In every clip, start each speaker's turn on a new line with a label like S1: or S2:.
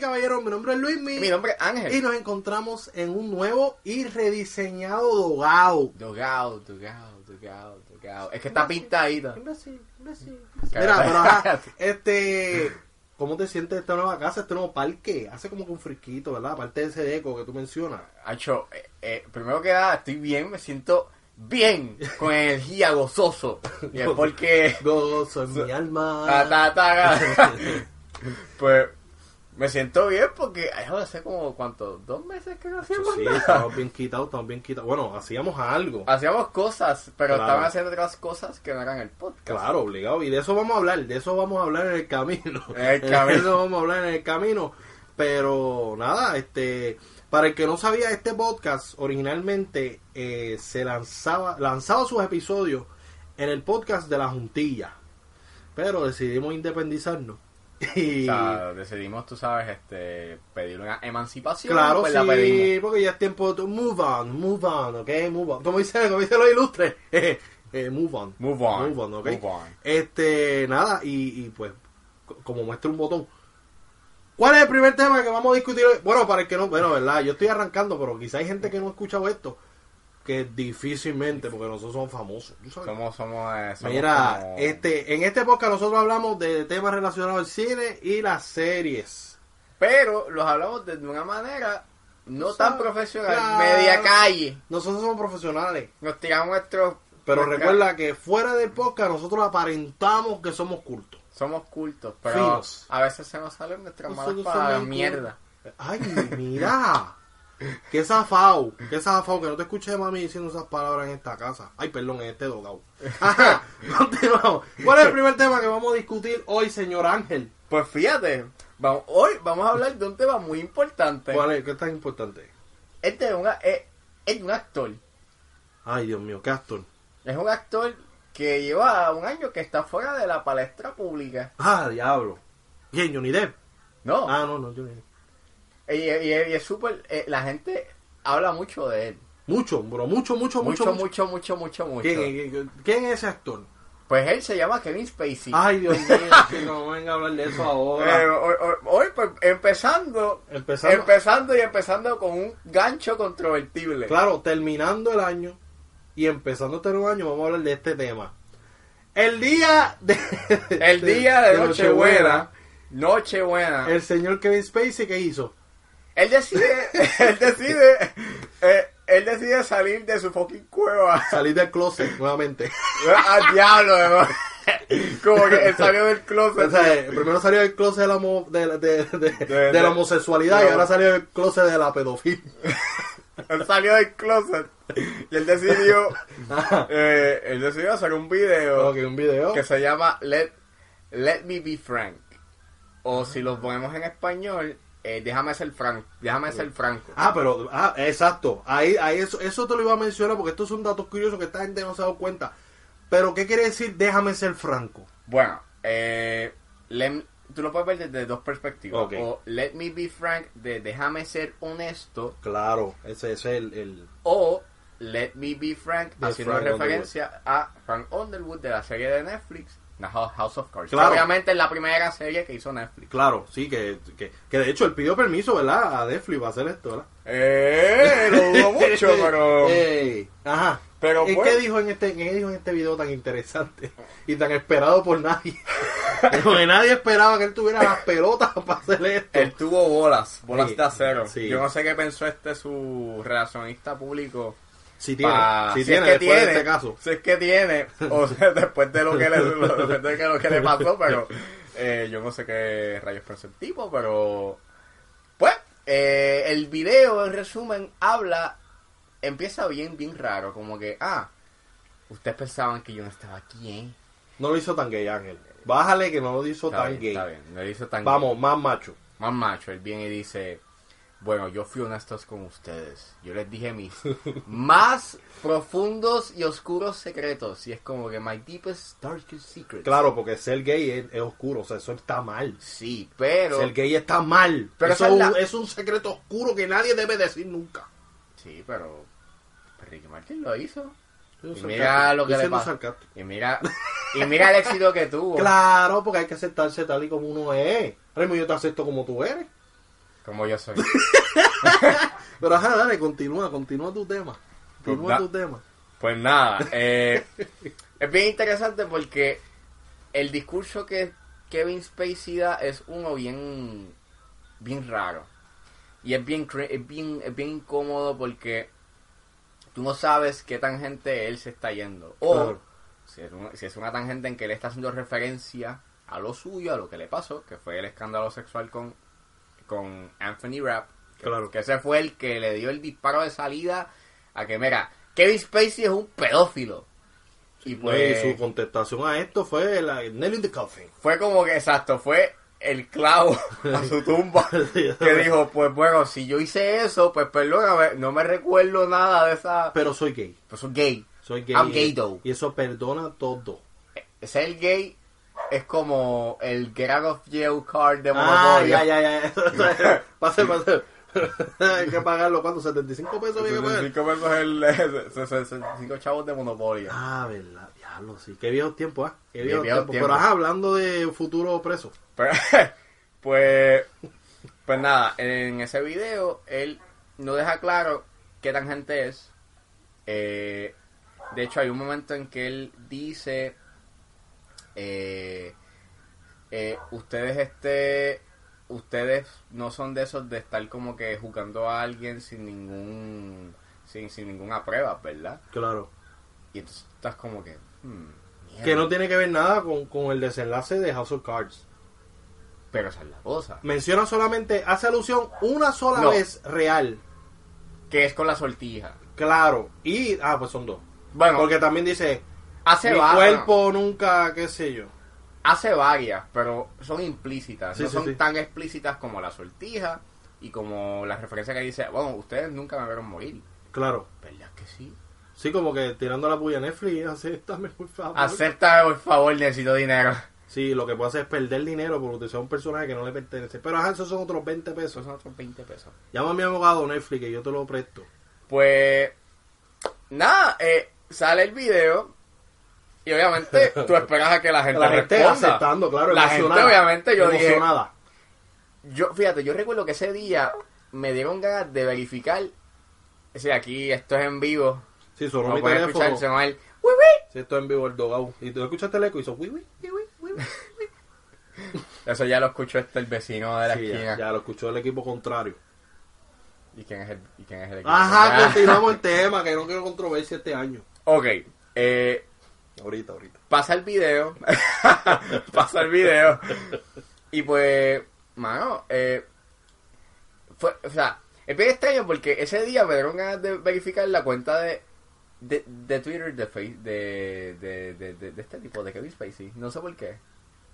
S1: caballeros. Mi nombre es Luis Mi.
S2: Mi nombre es
S1: Y
S2: Ángel.
S1: nos encontramos en un nuevo y rediseñado Dogao.
S2: Dogao, dogao, dogao, dogao. Es que está pintadita.
S1: Imbécil, imbécil. Mira,
S2: Cállate.
S1: pero ajá, este. ¿Cómo te sientes de esta nueva casa, este nuevo parque? Hace como que un frisquito, ¿verdad? Aparte de ese eco que tú mencionas.
S2: Acho, eh, eh, primero que nada, estoy bien, me siento bien, con energía, gozoso. Y es porque...
S1: Gozo en mi alma.
S2: Ta, ta, ta. pues me siento bien porque ay, joder, hace como cuánto, dos meses que no hacíamos
S1: Sí,
S2: nada.
S1: estamos bien quitados, estamos bien quitados. Bueno, hacíamos algo.
S2: Hacíamos cosas, pero
S1: Claro.
S2: estaban haciendo otras cosas que no eran el podcast.
S1: Claro, obligado. Y de eso vamos a hablar, de eso vamos a hablar en el camino.
S2: En el camino.
S1: De eso vamos a hablar en el camino. Pero nada, este, para el que no sabía, este podcast originalmente eh, se lanzaba, lanzaba sus episodios en el podcast de la juntilla. Pero decidimos independizarnos.
S2: O
S1: Y
S2: sea, decidimos, tú sabes, este, pedir una emancipación.
S1: claro,
S2: pues
S1: sí,
S2: la pedimos.
S1: porque ya es tiempo de move on, move on, ok, move on. Como dicen, como dicen los ilustres, eh, move on.
S2: Move on.
S1: Move on, ok.
S2: Move on.
S1: Este, nada, y, y pues, co- como muestra un botón. ¿Cuál es el primer tema que vamos a discutir hoy? Bueno, para el que no, bueno, verdad, yo estoy arrancando, pero quizá hay gente que no ha escuchado esto, que difícilmente, porque nosotros somos famosos, tú sabes.
S2: Somos, somos, eh, somos
S1: Mira,
S2: como-
S1: este, en este podcast nosotros hablamos de temas relacionados al cine y las series.
S2: Pero los hablamos de una manera no
S1: sea,
S2: tan profesional,
S1: claro.
S2: media calle.
S1: Nosotros somos profesionales,
S2: Nos tiramos nuestros...
S1: pero
S2: nuestra-
S1: recuerda que fuera del podcast nosotros aparentamos que somos cultos.
S2: Somos cultos, pero
S1: Finos.
S2: a veces se nos salen nuestras malas
S1: Nosotros
S2: palabras,
S1: somos
S2: mierda.
S1: Ay, mira. Qué zafao, qué zafao, que no te escuché mami diciendo esas palabras en esta casa. Ay, perdón, en este dogao. Ajá, continuamos. ¿Cuál es el primer tema que vamos a discutir hoy, señor Ángel?
S2: Pues fíjate, vamos, hoy vamos a hablar de un tema muy importante.
S1: ¿Cuál es? ¿Qué es tan importante?
S2: Este es, una- es- es de un actor.
S1: Ay, Dios mío, Castor.
S2: Es un actor que lleva un año que está fuera de la palestra pública.
S1: Ah, diablo. ¿Quién, Johnny Depp?
S2: No.
S1: Ah, no, no, Johnny Depp.
S2: Y, y- y es súper... eh, la gente habla mucho de él.
S1: Mucho, bro, mucho, mucho, mucho,
S2: Mucho, mucho, mucho, mucho, mucho.
S1: ¿Quién, quién- quién es ese actor?
S2: Pues él se llama Kevin Spacey.
S1: Ay, Dios mío, que no venga a hablar de eso ahora.
S2: Eh, hoy, hoy- hoy, pues, empezando,
S1: Empezando.
S2: empezando y empezando con un gancho controvertible.
S1: Claro, terminando el año y empezando este nuevo año, vamos a hablar de este tema. El día de.
S2: El día de Nochebuena, Nochebuena,
S1: este, El señor Kevin Spacey, ¿qué hizo?
S2: él decide, él decide, eh, él decide salir de su fucking cueva.
S1: Salir del closet nuevamente.
S2: ¡Ah, diablo, hermano! Como que él salió del
S1: O
S2: closet.
S1: sea, eh, primero salió del closet de la, homo- de, de- de-
S2: de-
S1: de la homosexualidad y
S2: de-
S1: ahora salió del closet de la pedofilia.
S2: Él salió del closet. Y él decidió, eh, él decidió hacer un video
S1: ok, un video.
S2: que se llama Let, Let Me Be Frank. O si lo ponemos en español, eh, déjame ser franco, déjame ser franco.
S1: Ah, pero, ah, exacto. Ahí, ahí eso, eso te lo iba a mencionar porque estos son datos curiosos que esta gente no se ha dado cuenta. Pero, ¿qué quiere decir? Déjame ser franco.
S2: Bueno, eh, lem- tú lo puedes ver desde dos perspectivas.
S1: Ok.
S2: O Let Me Be Frank, de déjame ser honesto,
S1: Claro, ese, ese es el- el,
S2: o Let Me Be Frank,
S1: De
S2: haciendo
S1: Frank
S2: referencia a Frank Underwood de la serie de Netflix, The Hou- House of Cards.
S1: Claro.
S2: Obviamente es la primera serie que hizo Netflix.
S1: Claro, sí, que, que, que de hecho él pidió permiso, ¿verdad? A Netflix para hacer esto, ¿verdad?
S2: Eh, lo dudo mucho, pero...
S1: Ey, ajá.
S2: Pero pues-
S1: ¿Y
S2: bueno.
S1: qué dijo en este, qué dijo en este video tan interesante y tan esperado por nadie? Porque nadie esperaba que él tuviera las pelotas para hacer esto.
S2: Él tuvo bolas, bolas
S1: Sí,
S2: de acero.
S1: sí.
S2: Yo no sé qué pensó este su relacionista público.
S1: si tiene,
S2: pa-
S1: si,
S2: si
S1: tiene,
S2: es que
S1: después
S2: tiene,
S1: de este caso.
S2: Si es que tiene, o sea, después de lo que le, lo- después de que lo que le pasó, pero eh, yo no sé qué rayos pensó el tipo, pero... Pues, eh, el video, en resumen, habla, empieza bien, bien raro, como que, ah, ustedes pensaban que yo no estaba aquí, ¿eh?
S1: No lo hizo tan gay, Ángel. Bájale que no lo hizo
S2: Está
S1: tan
S2: bien,
S1: gay.
S2: está bien, no hizo tan
S1: Vamos, más macho.
S2: más macho, él viene y dice, bueno, yo fui honestos con ustedes. Yo les dije mis más profundos y oscuros secretos. Y es como que my deepest, darkest secrets.
S1: Claro, porque ser gay es, es oscuro, o sea, eso está mal.
S2: Sí, pero...
S1: Ser gay está mal.
S2: Pero
S1: eso
S2: esa es la-
S1: es un- es un secreto oscuro que nadie debe decir nunca.
S2: Sí, pero... pero Ricky Martin lo hizo.
S1: Yo
S2: Y
S1: soy
S2: mira
S1: sarcástico.
S2: lo que
S1: Yo
S2: le
S1: siendo
S2: pasó.
S1: sarcástico.
S2: Y mira, y mira el éxito que tuvo.
S1: Claro, porque hay que aceptarse tal y como uno es. Remo, yo te acepto como tú eres.
S2: Como yo soy.
S1: Pero ajá, dale, continúa, continúa tu tema. Continúa
S2: Pues da-
S1: tu tema.
S2: Pues nada, eh, es bien interesante porque el discurso que Kevin Spacey da es uno bien, bien raro. Y es bien, cre- es bien, es bien incómodo porque tú no sabes qué tangente él se está yendo. O
S1: Claro.
S2: si, es una, si es una tangente en que él está haciendo referencia a lo suyo, a lo que le pasó, que fue el escándalo sexual con, con Anthony Rapp. Que,
S1: Claro.
S2: que ese fue el que le dio el disparo de salida a que, mira, Kevin Spacey es un pedófilo. Y pues...
S1: Pues, su contestación a esto fue la Nelly in the Coffin.
S2: Fue como que exacto, fue el clavo a su tumba que dijo, pues bueno, si yo hice eso, pues perdóname, no me recuerdo nada de esa...
S1: Pero soy gay.
S2: Pues soy gay.
S1: Soy gay.
S2: I'm gay though.
S1: Y eso perdona todo.
S2: Ser gay es como el get out of jail card de
S1: Ah,
S2: Monopoly.
S1: ya, ya, ya. pase, pase. Hay que pagarlo. ¿Cuánto? ¿75 pesos había que pagar?
S2: 65 pesos el... 65 chavos de Monopoly.
S1: Ah, verdad. Diablo, sí. Qué viejos tiempos, ¿ah? Qué
S2: Qué
S1: viejos
S2: viejos
S1: tiempos. Pero
S2: tiempos.
S1: ajá, hablando de futuro preso.
S2: Pero, pues, pues nada, en ese video él no deja claro qué tan gente es. Eh, de hecho, hay un momento en que él dice, eh, eh, ustedes este, ustedes no son de esos de estar como que jugando a alguien sin ningún, sin, sin ninguna prueba, ¿verdad?
S1: Claro.
S2: Y entonces estás como que, hmm, mierda.
S1: Que no tiene que ver nada con, con el desenlace de House of Cards.
S2: pero esa es la cosa.
S1: Menciona solamente, hace alusión una sola
S2: No.
S1: vez real.
S2: Que es con la sortija.
S1: Claro. Y, ah, pues son dos.
S2: Bueno,
S1: Porque también dice,
S2: Hace
S1: mi
S2: varias.
S1: cuerpo nunca, qué sé yo.
S2: Hace varias, pero son implícitas.
S1: Sí,
S2: no
S1: sí,
S2: son
S1: sí.
S2: tan explícitas como la sortija y como la referencia que dice, bueno, ustedes nunca me vieron morir.
S1: Claro.
S2: ¿Verdad que sí?
S1: Sí, como que tirando la bulla a Netflix, acéptame, por favor.
S2: Acéptame, por favor, necesito dinero.
S1: Sí, lo que puede hacer es perder dinero por utilizar un personaje que no le pertenece. Pero ajá, esos son otros 20
S2: Esos
S1: pesos.
S2: son otros 20 pesos.
S1: Llama a mi abogado Netflix que yo te lo presto.
S2: Pues, nada, eh, sale el video y obviamente tú esperas a que la gente
S1: La gente
S2: responda.
S1: aceptando, claro,
S2: La gente,
S1: emocionada.
S2: obviamente, yo dije,
S1: emocionada.
S2: Yo, fíjate, yo recuerdo que ese día me dieron ganas de verificar. Si aquí esto es en vivo.
S1: Sí, sonó
S2: No
S1: mi
S2: pueden escuchar
S1: teléfono.
S2: el
S1: Si
S2: sonar, "Uy, uy".
S1: esto es en vivo el dogao. Y tú escuchaste el eco y hizo uy, uy, uy, uy, uy, uy.
S2: Eso ya lo escuchó este el vecino de la
S1: Sí,
S2: esquina.
S1: ya, ya lo escuchó el equipo contrario.
S2: ¿Y quién es el, y quién es el equipo?
S1: Ajá,
S2: Ah,
S1: continuamos el tema, que no quiero controversia este año.
S2: Ok, eh,
S1: Ahorita, ahorita.
S2: pasa el video. pasa el video. Y pues, mano, eh, fue, o sea, es bien extraño porque ese día me dieron ganas de verificar la cuenta de, de, de Twitter de, Face- de, de, de, de- de este tipo, de Kevin Spacey. No sé por qué.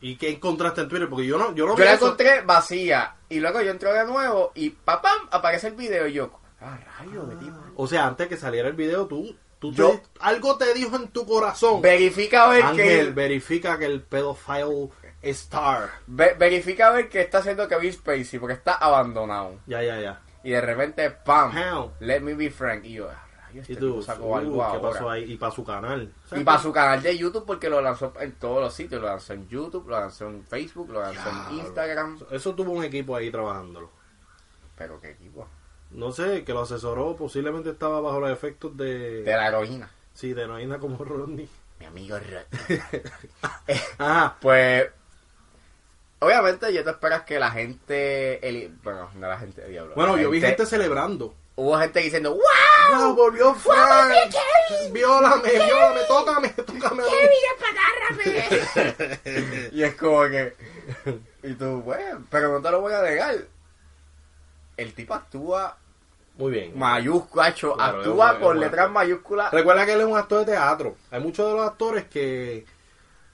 S1: ¿Y qué encontraste en Twitter? Porque yo no, yo no
S2: Yo
S1: vi
S2: la
S1: eso.
S2: encontré vacía y luego yo entré de nuevo y pa, pam, aparece el video y yo, ah, rayo, qué tipo.
S1: O sea, antes que saliera el video, tú, tú te-
S2: Yo-
S1: algo te dijo en tu corazón.
S2: Verifica a ver
S1: Ángel,
S2: que
S1: verifica que el pedophile star.
S2: ve- verifica a ver qué está haciendo Kevin Spacey porque está abandonado.
S1: Ya, ya, ya.
S2: Y de repente, pam,
S1: Pam.
S2: let me be frank. Y yo, ah, rayo, este
S1: Y tú,
S2: tipo sacó
S1: uh,
S2: algo
S1: ¿qué
S2: ahora.
S1: pasó ahí? Y para su canal.
S2: Y para su canal de YouTube porque lo lanzó en todos los sitios. Lo lanzó en YouTube, lo lanzó en Facebook, lo lanzó en
S1: Diablo.
S2: Instagram.
S1: Eso tuvo un equipo ahí trabajándolo.
S2: Pero qué equipo.
S1: No sé, el que lo asesoró, posiblemente estaba bajo los efectos de...
S2: De la heroína.
S1: Sí, de heroína como Rodney. Ah,
S2: Mi amigo Ro- Eh,
S1: Ajá.
S2: Pues, obviamente, yo te esperas que la gente. el- bueno, no la gente, diablo.
S1: Bueno,
S2: la
S1: yo vi gente celebrando.
S2: Hubo gente diciendo, ¡Wow!
S1: ¡Wow, volvió Frank! ¡Viólame, viólame, tócame, tócame! a mí!
S2: Y es como que. Y tú, bueno, pero no te lo voy a negar. El tipo actúa
S1: Muy bien.
S2: mayúscula, hecho,
S1: Claro, es
S2: actúa
S1: un- es
S2: con
S1: un
S2: letras
S1: actor.
S2: mayúsculas.
S1: Recuerda que él es un actor de teatro. Hay muchos de los actores que,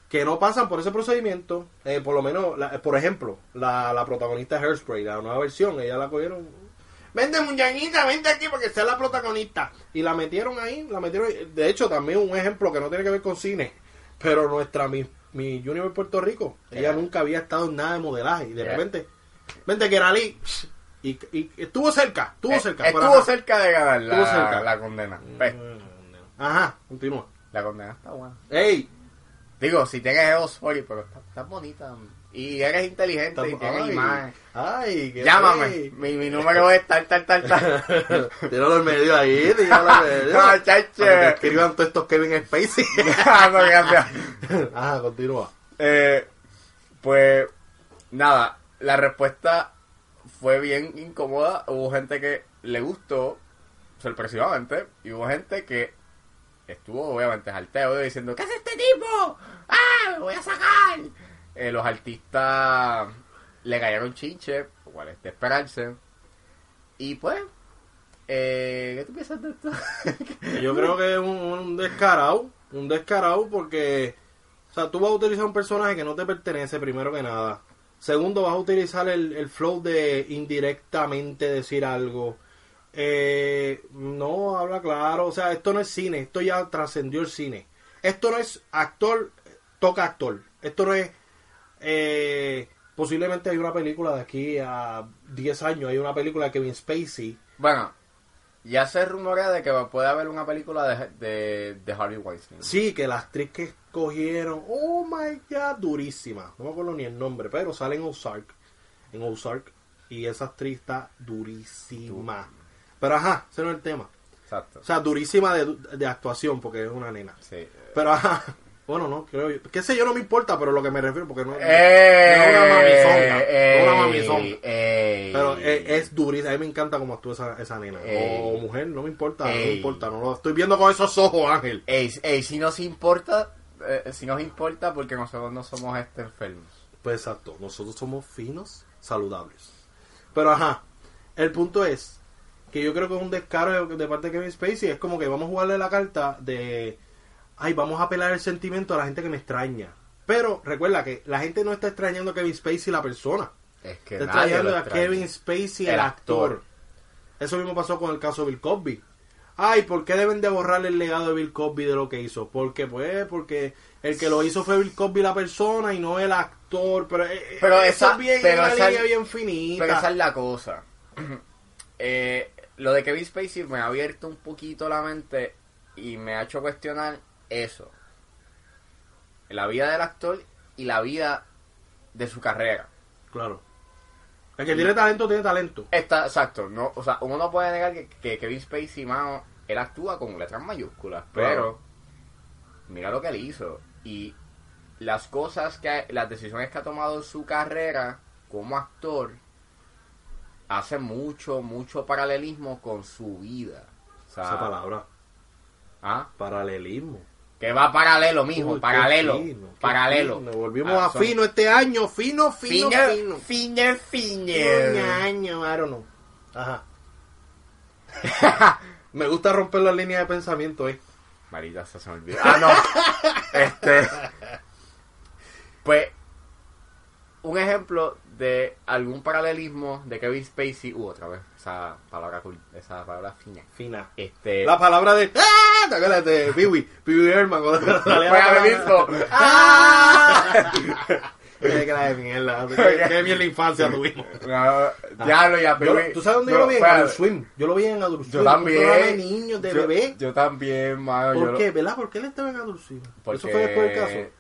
S1: que no pasan por ese procedimiento. Eh, por lo menos, la- por ejemplo, la, la protagonista de Hairspray, la nueva versión, ella la cogieron. Vende muñequita, vente aquí porque sea la protagonista. Y la metieron ahí, la metieron. ahí. De hecho, también un ejemplo que no tiene que ver con cine, pero nuestra mi, mi Junior Puerto Rico, ella
S2: Yeah.
S1: nunca había estado en nada de modelaje y de
S2: Yeah.
S1: repente, vente que era Lee. Y, y estuvo cerca, estuvo
S2: Eh,
S1: cerca. pero
S2: estuvo
S1: ajá.
S2: cerca de ganar la,
S1: Estuvo cerca.
S2: la condena. Ve,
S1: Ajá, continúa.
S2: la condena está buena.
S1: ¡Ey!
S2: Digo, si tienes esos, sorry, pero está, está bonita. y eres inteligente y tienes
S1: ay,
S2: imagen.
S1: ay, qué
S2: Llámame.
S1: rey.
S2: Mi, mi número es tal, tal, tal, tal.
S1: Tíralo en medio ahí, tíralo en medio.
S2: No, chacho.
S1: Para que escriban todos estos Kevin Spacey.
S2: Ah, no, gracias.
S1: Ajá, continúa.
S2: Eh, pues nada, la respuesta fue bien incómoda. Hubo gente que le gustó, sorpresivamente, y hubo gente que estuvo obviamente jalteo diciendo, ¿qué hace este tipo? ¡Ah! ¡Lo voy a sacar! Eh, los artistas le cayeron chinche, lo cual es de esperarse. Y pues, eh, ¿qué tú piensas de esto?
S1: Yo creo que es un, un descarado, un descarado porque, o sea, tú vas a utilizar un personaje que no te pertenece primero que nada. Segundo, vas a utilizar el, el flow de indirectamente decir algo. Eh, no, habla claro, o sea, esto no es cine, esto ya trascendió el cine. Esto no es actor, toca actor. Esto no es... eh, posiblemente hay una película de aquí a 10 años, hay una película de Kevin Spacey.
S2: Bueno, ya se rumorea de que puede haber una película de, de, de Harvey Weinstein.
S1: Sí, que la actriz que escogieron, oh my god, durísima. No me acuerdo ni el nombre, pero sale en Ozark. En Ozark. Y esa actriz está durísima. Pero ajá, ese no es el tema.
S2: Exacto.
S1: O sea, durísima de, de actuación, porque es una nena.
S2: Sí.
S1: Pero ajá, bueno, no, creo yo. Qué sé yo, no me importa, pero lo que me refiero, porque no,
S2: ¡Ey!
S1: no es una mamizonga.
S2: ¡Ey!
S1: no es una mamizonga.
S2: ¡Ey!
S1: Pero es, es durísima. A mí me encanta cómo actúa esa, esa nena.
S2: Ey.
S1: O mujer, no me importa, no me
S2: Ey.
S1: importa. No lo estoy viendo con esos ojos, Ángel.
S2: Ey, ey, si nos importa, eh, si nos importa porque nosotros no somos este enfermos.
S1: Pues exacto, nosotros somos finos, saludables. Pero ajá, el punto es que yo creo que es un descaro de, de parte de Kevin Spacey. Es como que vamos a jugarle la carta de, ay, vamos a apelar el sentimiento a la gente que me extraña. Pero recuerda que la gente no está extrañando a Kevin Spacey la persona.
S2: Es que
S1: Está
S2: nadie
S1: extrañando
S2: lo
S1: a
S2: extraña.
S1: Kevin Spacey el,
S2: El
S1: actor.
S2: actor.
S1: Eso mismo pasó con el caso de Bill Cosby. Ay, ¿por qué deben de borrar el legado de Bill Cosby de lo que hizo? Porque pues, porque el que lo hizo fue Bill Cosby la persona y no el actor. Pero, eh,
S2: Pero
S1: eso
S2: esa-
S1: es bien
S2: pero
S1: una
S2: esa-
S1: línea bien finita.
S2: Pero esa es la cosa. Eh, lo de Kevin Spacey me ha abierto un poquito la mente y me ha hecho cuestionar eso. La vida del actor y la vida de su carrera.
S1: Claro. El que tiene talento tiene talento.
S2: Está, exacto. No, o sea, uno no puede negar que, que Kevin Spacey, mano, él actúa con letras mayúsculas, pero
S1: Claro.
S2: mira lo que él hizo. Y las cosas que, las decisiones que ha tomado en su carrera como actor, hace mucho, mucho paralelismo con su vida. O sea,
S1: Esa palabra,
S2: ¿ah?
S1: paralelismo.
S2: Que va paralelo, mijo,
S1: Uy, qué
S2: paralelo.
S1: fino, qué
S2: paralelo.
S1: fino. Volvimos
S2: Ah,
S1: a
S2: son-
S1: fino este año, fino, fino,
S2: Fino,
S1: fino.
S2: fino,
S1: Un
S2: fino.
S1: año, I don't know. Ajá. Me gusta romper las líneas de pensamiento, eh.
S2: Marita, se me olvidó. Ah, no. este. Pues, un ejemplo de algún paralelismo de Kevin Spacey. Uh, otra vez. Esa palabra, cool, esa palabra fina.
S1: Fina.
S2: Este.
S1: La palabra de. ¡Ah! ¿Te acuerdas de Biwi? Biwi Herman cuando
S2: Fue
S1: salía la palabra-
S2: mismo. ¡Ah!
S1: Qué cara de mierda. Qué, qué mierda infancia tuvimos.
S2: No, diablo, ya,
S1: Yo-
S2: pero-
S1: ¿Tú sabes dónde
S2: no,
S1: yo lo vi? En
S2: espérate.
S1: Adult Swim. Yo lo vi en Adult Swim.
S2: Yo
S1: un programa de
S2: también.
S1: niños, de
S2: Yo-
S1: bebé.
S2: Yo también, mano. yo
S1: ¿Por
S2: lo-
S1: qué? ¿Verdad? ¿Por qué él estaba en Adult Swim? Eso
S2: Porque-
S1: fue después del caso.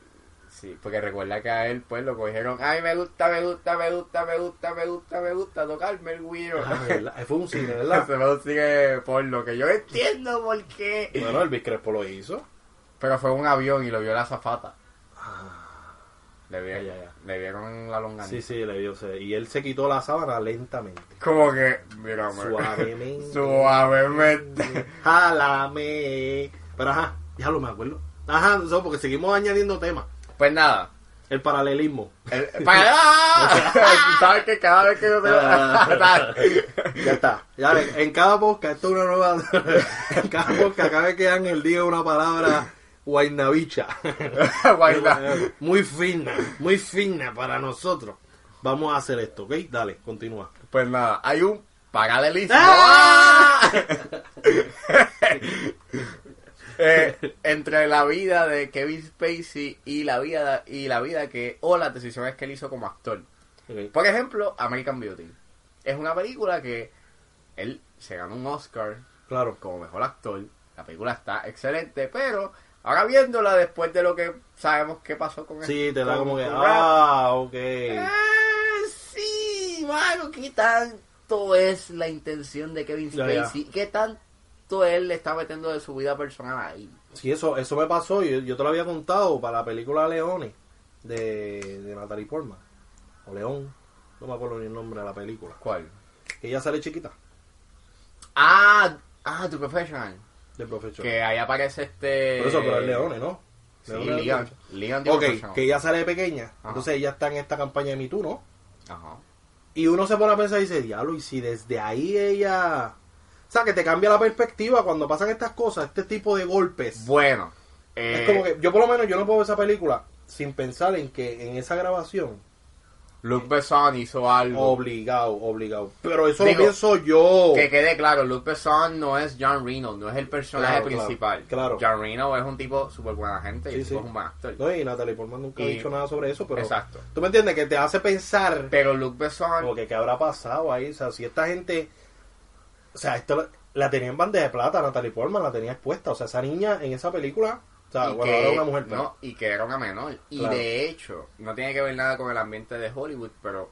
S2: Sí, porque recuerda que a él, pues, lo cogieron. Ay, me gusta, me gusta, me gusta, me gusta, me gusta, me gusta tocarme el güiro.
S1: Ah, ¿verdad? Fue un cine,
S2: Se
S1: ¿verdad?
S2: me sigue por lo que yo entiendo por qué.
S1: bueno, el Crespo lo hizo.
S2: Pero fue un avión y lo vio la azafata. Ah. Le vieron,
S1: Ya, ya, ya.
S2: Le vieron la longaniza.
S1: Sí, sí, le dio. se- Y él se quitó la sábana lentamente.
S2: Como que, mira, me-
S1: Suavemente.
S2: Suavemente.
S1: Jálame. Pero ajá, ya lo me acuerdo. Ajá, no, porque seguimos añadiendo temas.
S2: Pues nada.
S1: El paralelismo.
S2: El- ¡Para! ¿Sabes que cada vez que yo te...
S1: Ya está. Ya ven, en cada podcast, esto es una nueva. en cada podcast, cada vez que dan el día una palabra guaynabicha.
S2: Guarda.
S1: muy fina, muy fina para nosotros. Vamos a hacer esto, ¿ok? Dale, continúa.
S2: Pues nada, hay un paralelismo.
S1: ¡Ah!
S2: Eh, entre la vida de Kevin Spacey y la vida y la vida que o las decisiones que él hizo como actor.
S1: Ok.
S2: Por ejemplo, American Beauty. Es una película que él se ganó un Oscar
S1: Claro.
S2: como mejor actor. La película está excelente, pero Ahora viéndola después de lo que sabemos que pasó con
S1: Sí,
S2: el-
S1: te da
S2: con-
S1: como que,
S2: con Rap.
S1: ah, ok.
S2: Ah, sí, mano, ¿qué tanto es la intención de Kevin
S1: Ya,
S2: Spacey?
S1: ya.
S2: ¿Qué tanto él le está metiendo de su vida personal ahí?
S1: Sí, eso, eso me pasó, yo, yo te lo había contado para la película Leone de, de Natalie Portman, o León, no me acuerdo ni el nombre de la película.
S2: ¿Cuál?
S1: Que ella sale chiquita,
S2: Ah, ah, tu professional.
S1: del profesor.
S2: Que ahí aparece este.
S1: Por eso, pero es Leone, ¿no?
S2: Sí,
S1: Leone del
S2: Ligan.
S1: Professional.
S2: Ligan de
S1: Ok,
S2: Professional.
S1: que ella sale pequeña,
S2: Ajá.
S1: entonces ella está en esta campaña de Me Too, ¿no?
S2: Ajá.
S1: Y uno se pone a pensar y dice, diablo, y si desde ahí ella... O sea, que te cambia la perspectiva cuando pasan estas cosas, este tipo de golpes.
S2: Bueno. eh,
S1: Es como que yo por lo menos yo no puedo ver esa película sin pensar en que en esa grabación
S2: Luke Besson hizo algo.
S1: obligado, obligado. Pero eso
S2: Digo,
S1: lo pienso yo.
S2: Que quede claro, Luke Besson no es John Reno, no es el personaje
S1: Claro, claro,
S2: principal.
S1: claro.
S2: John Reno es un tipo súper buena gente y
S1: Sí,
S2: el tipo
S1: sí.
S2: es un buen actor.
S1: No, y Natalie Portman nunca ha
S2: Y-
S1: dicho nada sobre eso, pero
S2: Exacto.
S1: tú me entiendes que te hace pensar
S2: Pero Luke Besson,
S1: como que qué habrá pasado ahí, o sea, si esta gente o sea, esto la, la tenía en bandeja de plata, Natalie Portman la tenía expuesta, o sea, esa niña en esa película, o sea,
S2: y,
S1: Ah, bueno,
S2: que,
S1: ahora es una mujer, pero-
S2: no, y que era una menor. Y
S1: Claro.
S2: de hecho, no tiene que ver nada con el ambiente de Hollywood, pero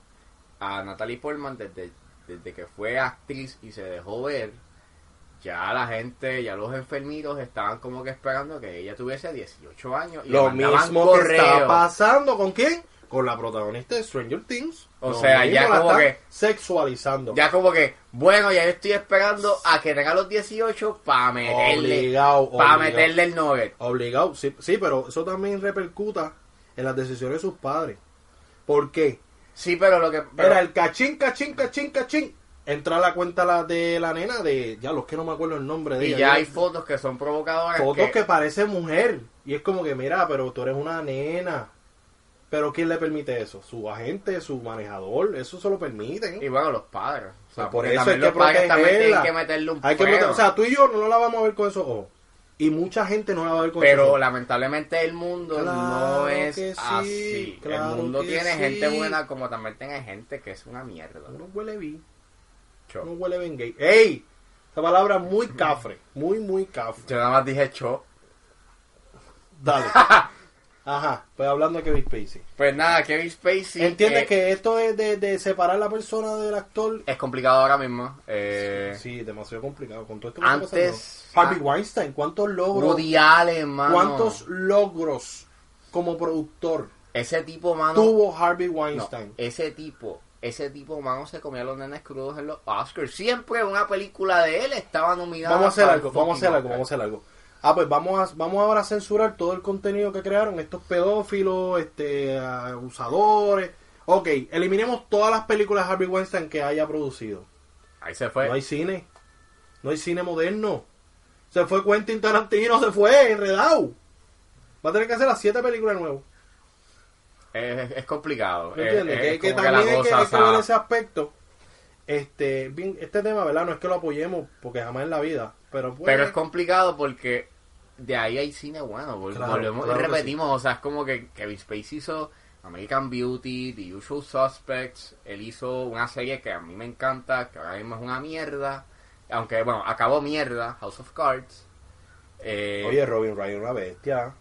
S2: a Natalie Portman, desde, desde que fue actriz y se dejó ver, ya la gente, ya los enfermitos estaban como que esperando que ella tuviese 18 años. Y le
S1: lo
S2: mandaban
S1: mismo que
S2: correo.
S1: está pasando con quién? Con la protagonista de Stranger Things.
S2: O
S1: Lo
S2: sea,
S1: mismo
S2: ya
S1: la
S2: como
S1: están
S2: que-
S1: sexualizando.
S2: Ya como que, bueno, ya yo estoy esperando a que tenga los 18 para meterle,
S1: obligado,
S2: para
S1: obligado.
S2: meterle el Nobel.
S1: Obligado, sí, sí, pero eso también repercuta en las decisiones de sus padres. ¿Por qué?
S2: Sí, pero lo que... pero-
S1: Era el cachín, cachín, cachín, cachín. Entra a la cuenta la de la nena de, ya los que no me acuerdo el nombre de
S2: y
S1: ella.
S2: ya hay fotos que son provocadoras.
S1: fotos que... parece mujer. Y es como que, mira, pero tú eres una nena. Pero ¿quién le permite eso? Su agente, su manejador, eso se lo permiten.
S2: Y bueno, los padres. O
S1: Pues
S2: sea,
S1: Por
S2: porque
S1: eso
S2: también
S1: hay que
S2: los padres también
S1: protegerla.
S2: tienen que meterle un
S1: Hay que
S2: freno.
S1: meter- o sea, tú y yo no la vamos a ver con esos ojos. Y mucha gente no la va a ver con esos
S2: Pero
S1: ojos.
S2: lamentablemente el mundo
S1: Claro
S2: no es
S1: que sí,
S2: así.
S1: claro
S2: el mundo
S1: que
S2: tiene
S1: sí.
S2: gente buena como también tiene gente que es una mierda.
S1: No huele bien.
S2: Cho.
S1: No huele bien gay. ¡Ey! Esa palabra es muy cafre. Muy, muy cafre.
S2: Yo nada más dije cho.
S1: Dale. Ajá. Pues hablando de Kevin Spacey.
S2: Pues nada, Kevin Spacey
S1: ¿Entiendes
S2: eh,
S1: que esto es de, de separar la persona del actor?
S2: es complicado ahora mismo. Eh,
S1: Sí, demasiado complicado. Con todo esto que está
S2: Antes- ah,
S1: pasando. Harvey Weinstein, ¿cuántos logros?
S2: Woody Allen, mano.
S1: ¿Cuántos logros como productor
S2: Ese tipo, mano.
S1: tuvo Harvey
S2: no,
S1: Weinstein?
S2: ese tipo. Ese tipo, mano, se comía a los nenes crudos en los Oscars. Siempre una película de él estaba nominada.
S1: Vamos a hacer
S2: para
S1: algo,
S2: el
S1: vamos a hacer
S2: fucking
S1: algo,
S2: Oscar.
S1: vamos a hacer algo. Ah, pues vamos a, vamos ahora a censurar todo el contenido que crearon estos pedófilos, este abusadores. Ok, eliminemos todas las películas de Harvey Weinstein que haya producido.
S2: Ahí se fue.
S1: No hay cine. No hay cine moderno. Se fue Quentin Tarantino, se fue enredado. Va a tener que hacer las siete películas de nuevo.
S2: Es, es complicado.
S1: ¿Me
S2: Es-
S1: entiendes?
S2: es
S1: que, que
S2: Eh, como que la
S1: también hay que,
S2: cosa,
S1: hay que ver
S2: o
S1: ese
S2: sea,
S1: aspecto. Este, bien, este tema, ¿verdad? No es que lo apoyemos porque jamás en la vida. Pero, pues,
S2: Pero es complicado porque de ahí hay cine bueno. vol-
S1: Claro,
S2: volvemos y
S1: claro que
S2: repetimos. O sea, es como que Kevin Spacey hizo American Beauty, The Usual Suspects. Él hizo una serie que a mí me encanta, que ahora mismo es una mierda. Aunque, bueno, acabó mierda, House of Cards. Eh,
S1: Oye, Robin Ryan, una bestia.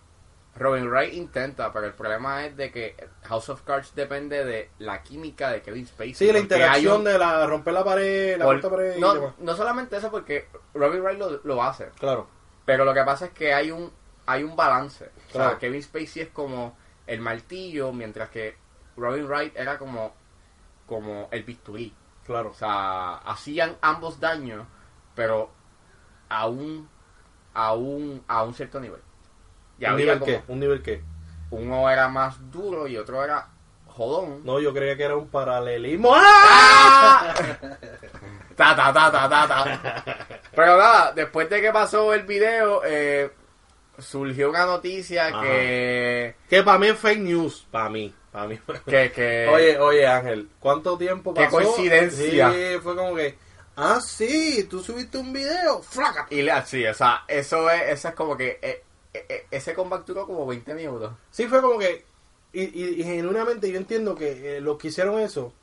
S2: Robin Wright intenta, pero el problema es de que House of Cards depende de la química de Kevin Spacey.
S1: Sí, la
S2: porque hay
S1: interacción
S2: un-
S1: de la romper la pared, la
S2: Por-
S1: puerta pared y
S2: no,
S1: demás.
S2: no solamente eso, porque Robbie Wright lo, lo hace.
S1: Claro.
S2: Pero lo que pasa es que hay un hay un balance. O
S1: Claro.
S2: sea, Kevin Spacey es como el martillo, mientras que Robin Wright era como, como el bisturí.
S1: Claro.
S2: O sea, hacían ambos daños, pero a un, a un, a un cierto nivel. Y
S1: ¿Un
S2: había
S1: nivel
S2: como,
S1: qué? ¿Un nivel qué?
S2: uno era más duro y otro era jodón.
S1: No, yo creía que era un paralelismo. ¡Ah!
S2: Ta, ta, ta, ta, ta, ta. Pero nada, después de que pasó el video, eh, surgió una noticia
S1: Ajá.
S2: que,
S1: Que para mí es fake news. Para mí. Para mí.
S2: que, que-
S1: Oye, oye, Ángel, ¿cuánto tiempo
S2: Eh, Qué
S1: pasó?
S2: coincidencia.
S1: Sí, fue como que, ah, sí, tú subiste un video, flaca.
S2: Y la, sí, o sea, eso es, eso es como que... eh, eh, eh, ese comeback duró como 20 minutos.
S1: Sí, fue como que, y, y, y genuinamente yo entiendo que eh, los que hicieron eso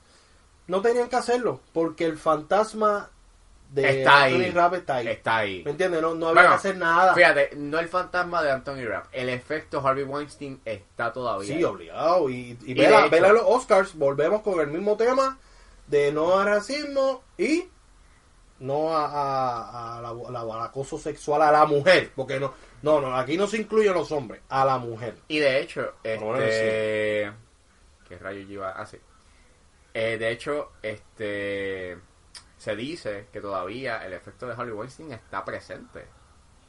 S1: no tenían que hacerlo, porque el fantasma de
S2: Está ahí.
S1: Anthony Rapp está ahí.
S2: Está ahí.
S1: ¿Me entiendes? No, no había que
S2: Bueno,
S1: hacer nada.
S2: Fíjate, no el fantasma de Anthony Rapp. El efecto Harvey Weinstein está todavía.
S1: Sí,
S2: ahí.
S1: obligado. Y, y
S2: Y
S1: vela,
S2: de hecho-
S1: vela los Oscars, volvemos con el mismo tema de no al racismo y no a, a- a la- la- al acoso sexual a la mujer. Porque no, no, no, aquí no se incluyen los hombres, a la mujer.
S2: Y de hecho, este.
S1: Ah, bueno,
S2: ¿Qué rayos lleva? Ah, sí. Eh, de hecho, este. Se dice que todavía el efecto de Harvey Weinstein está presente.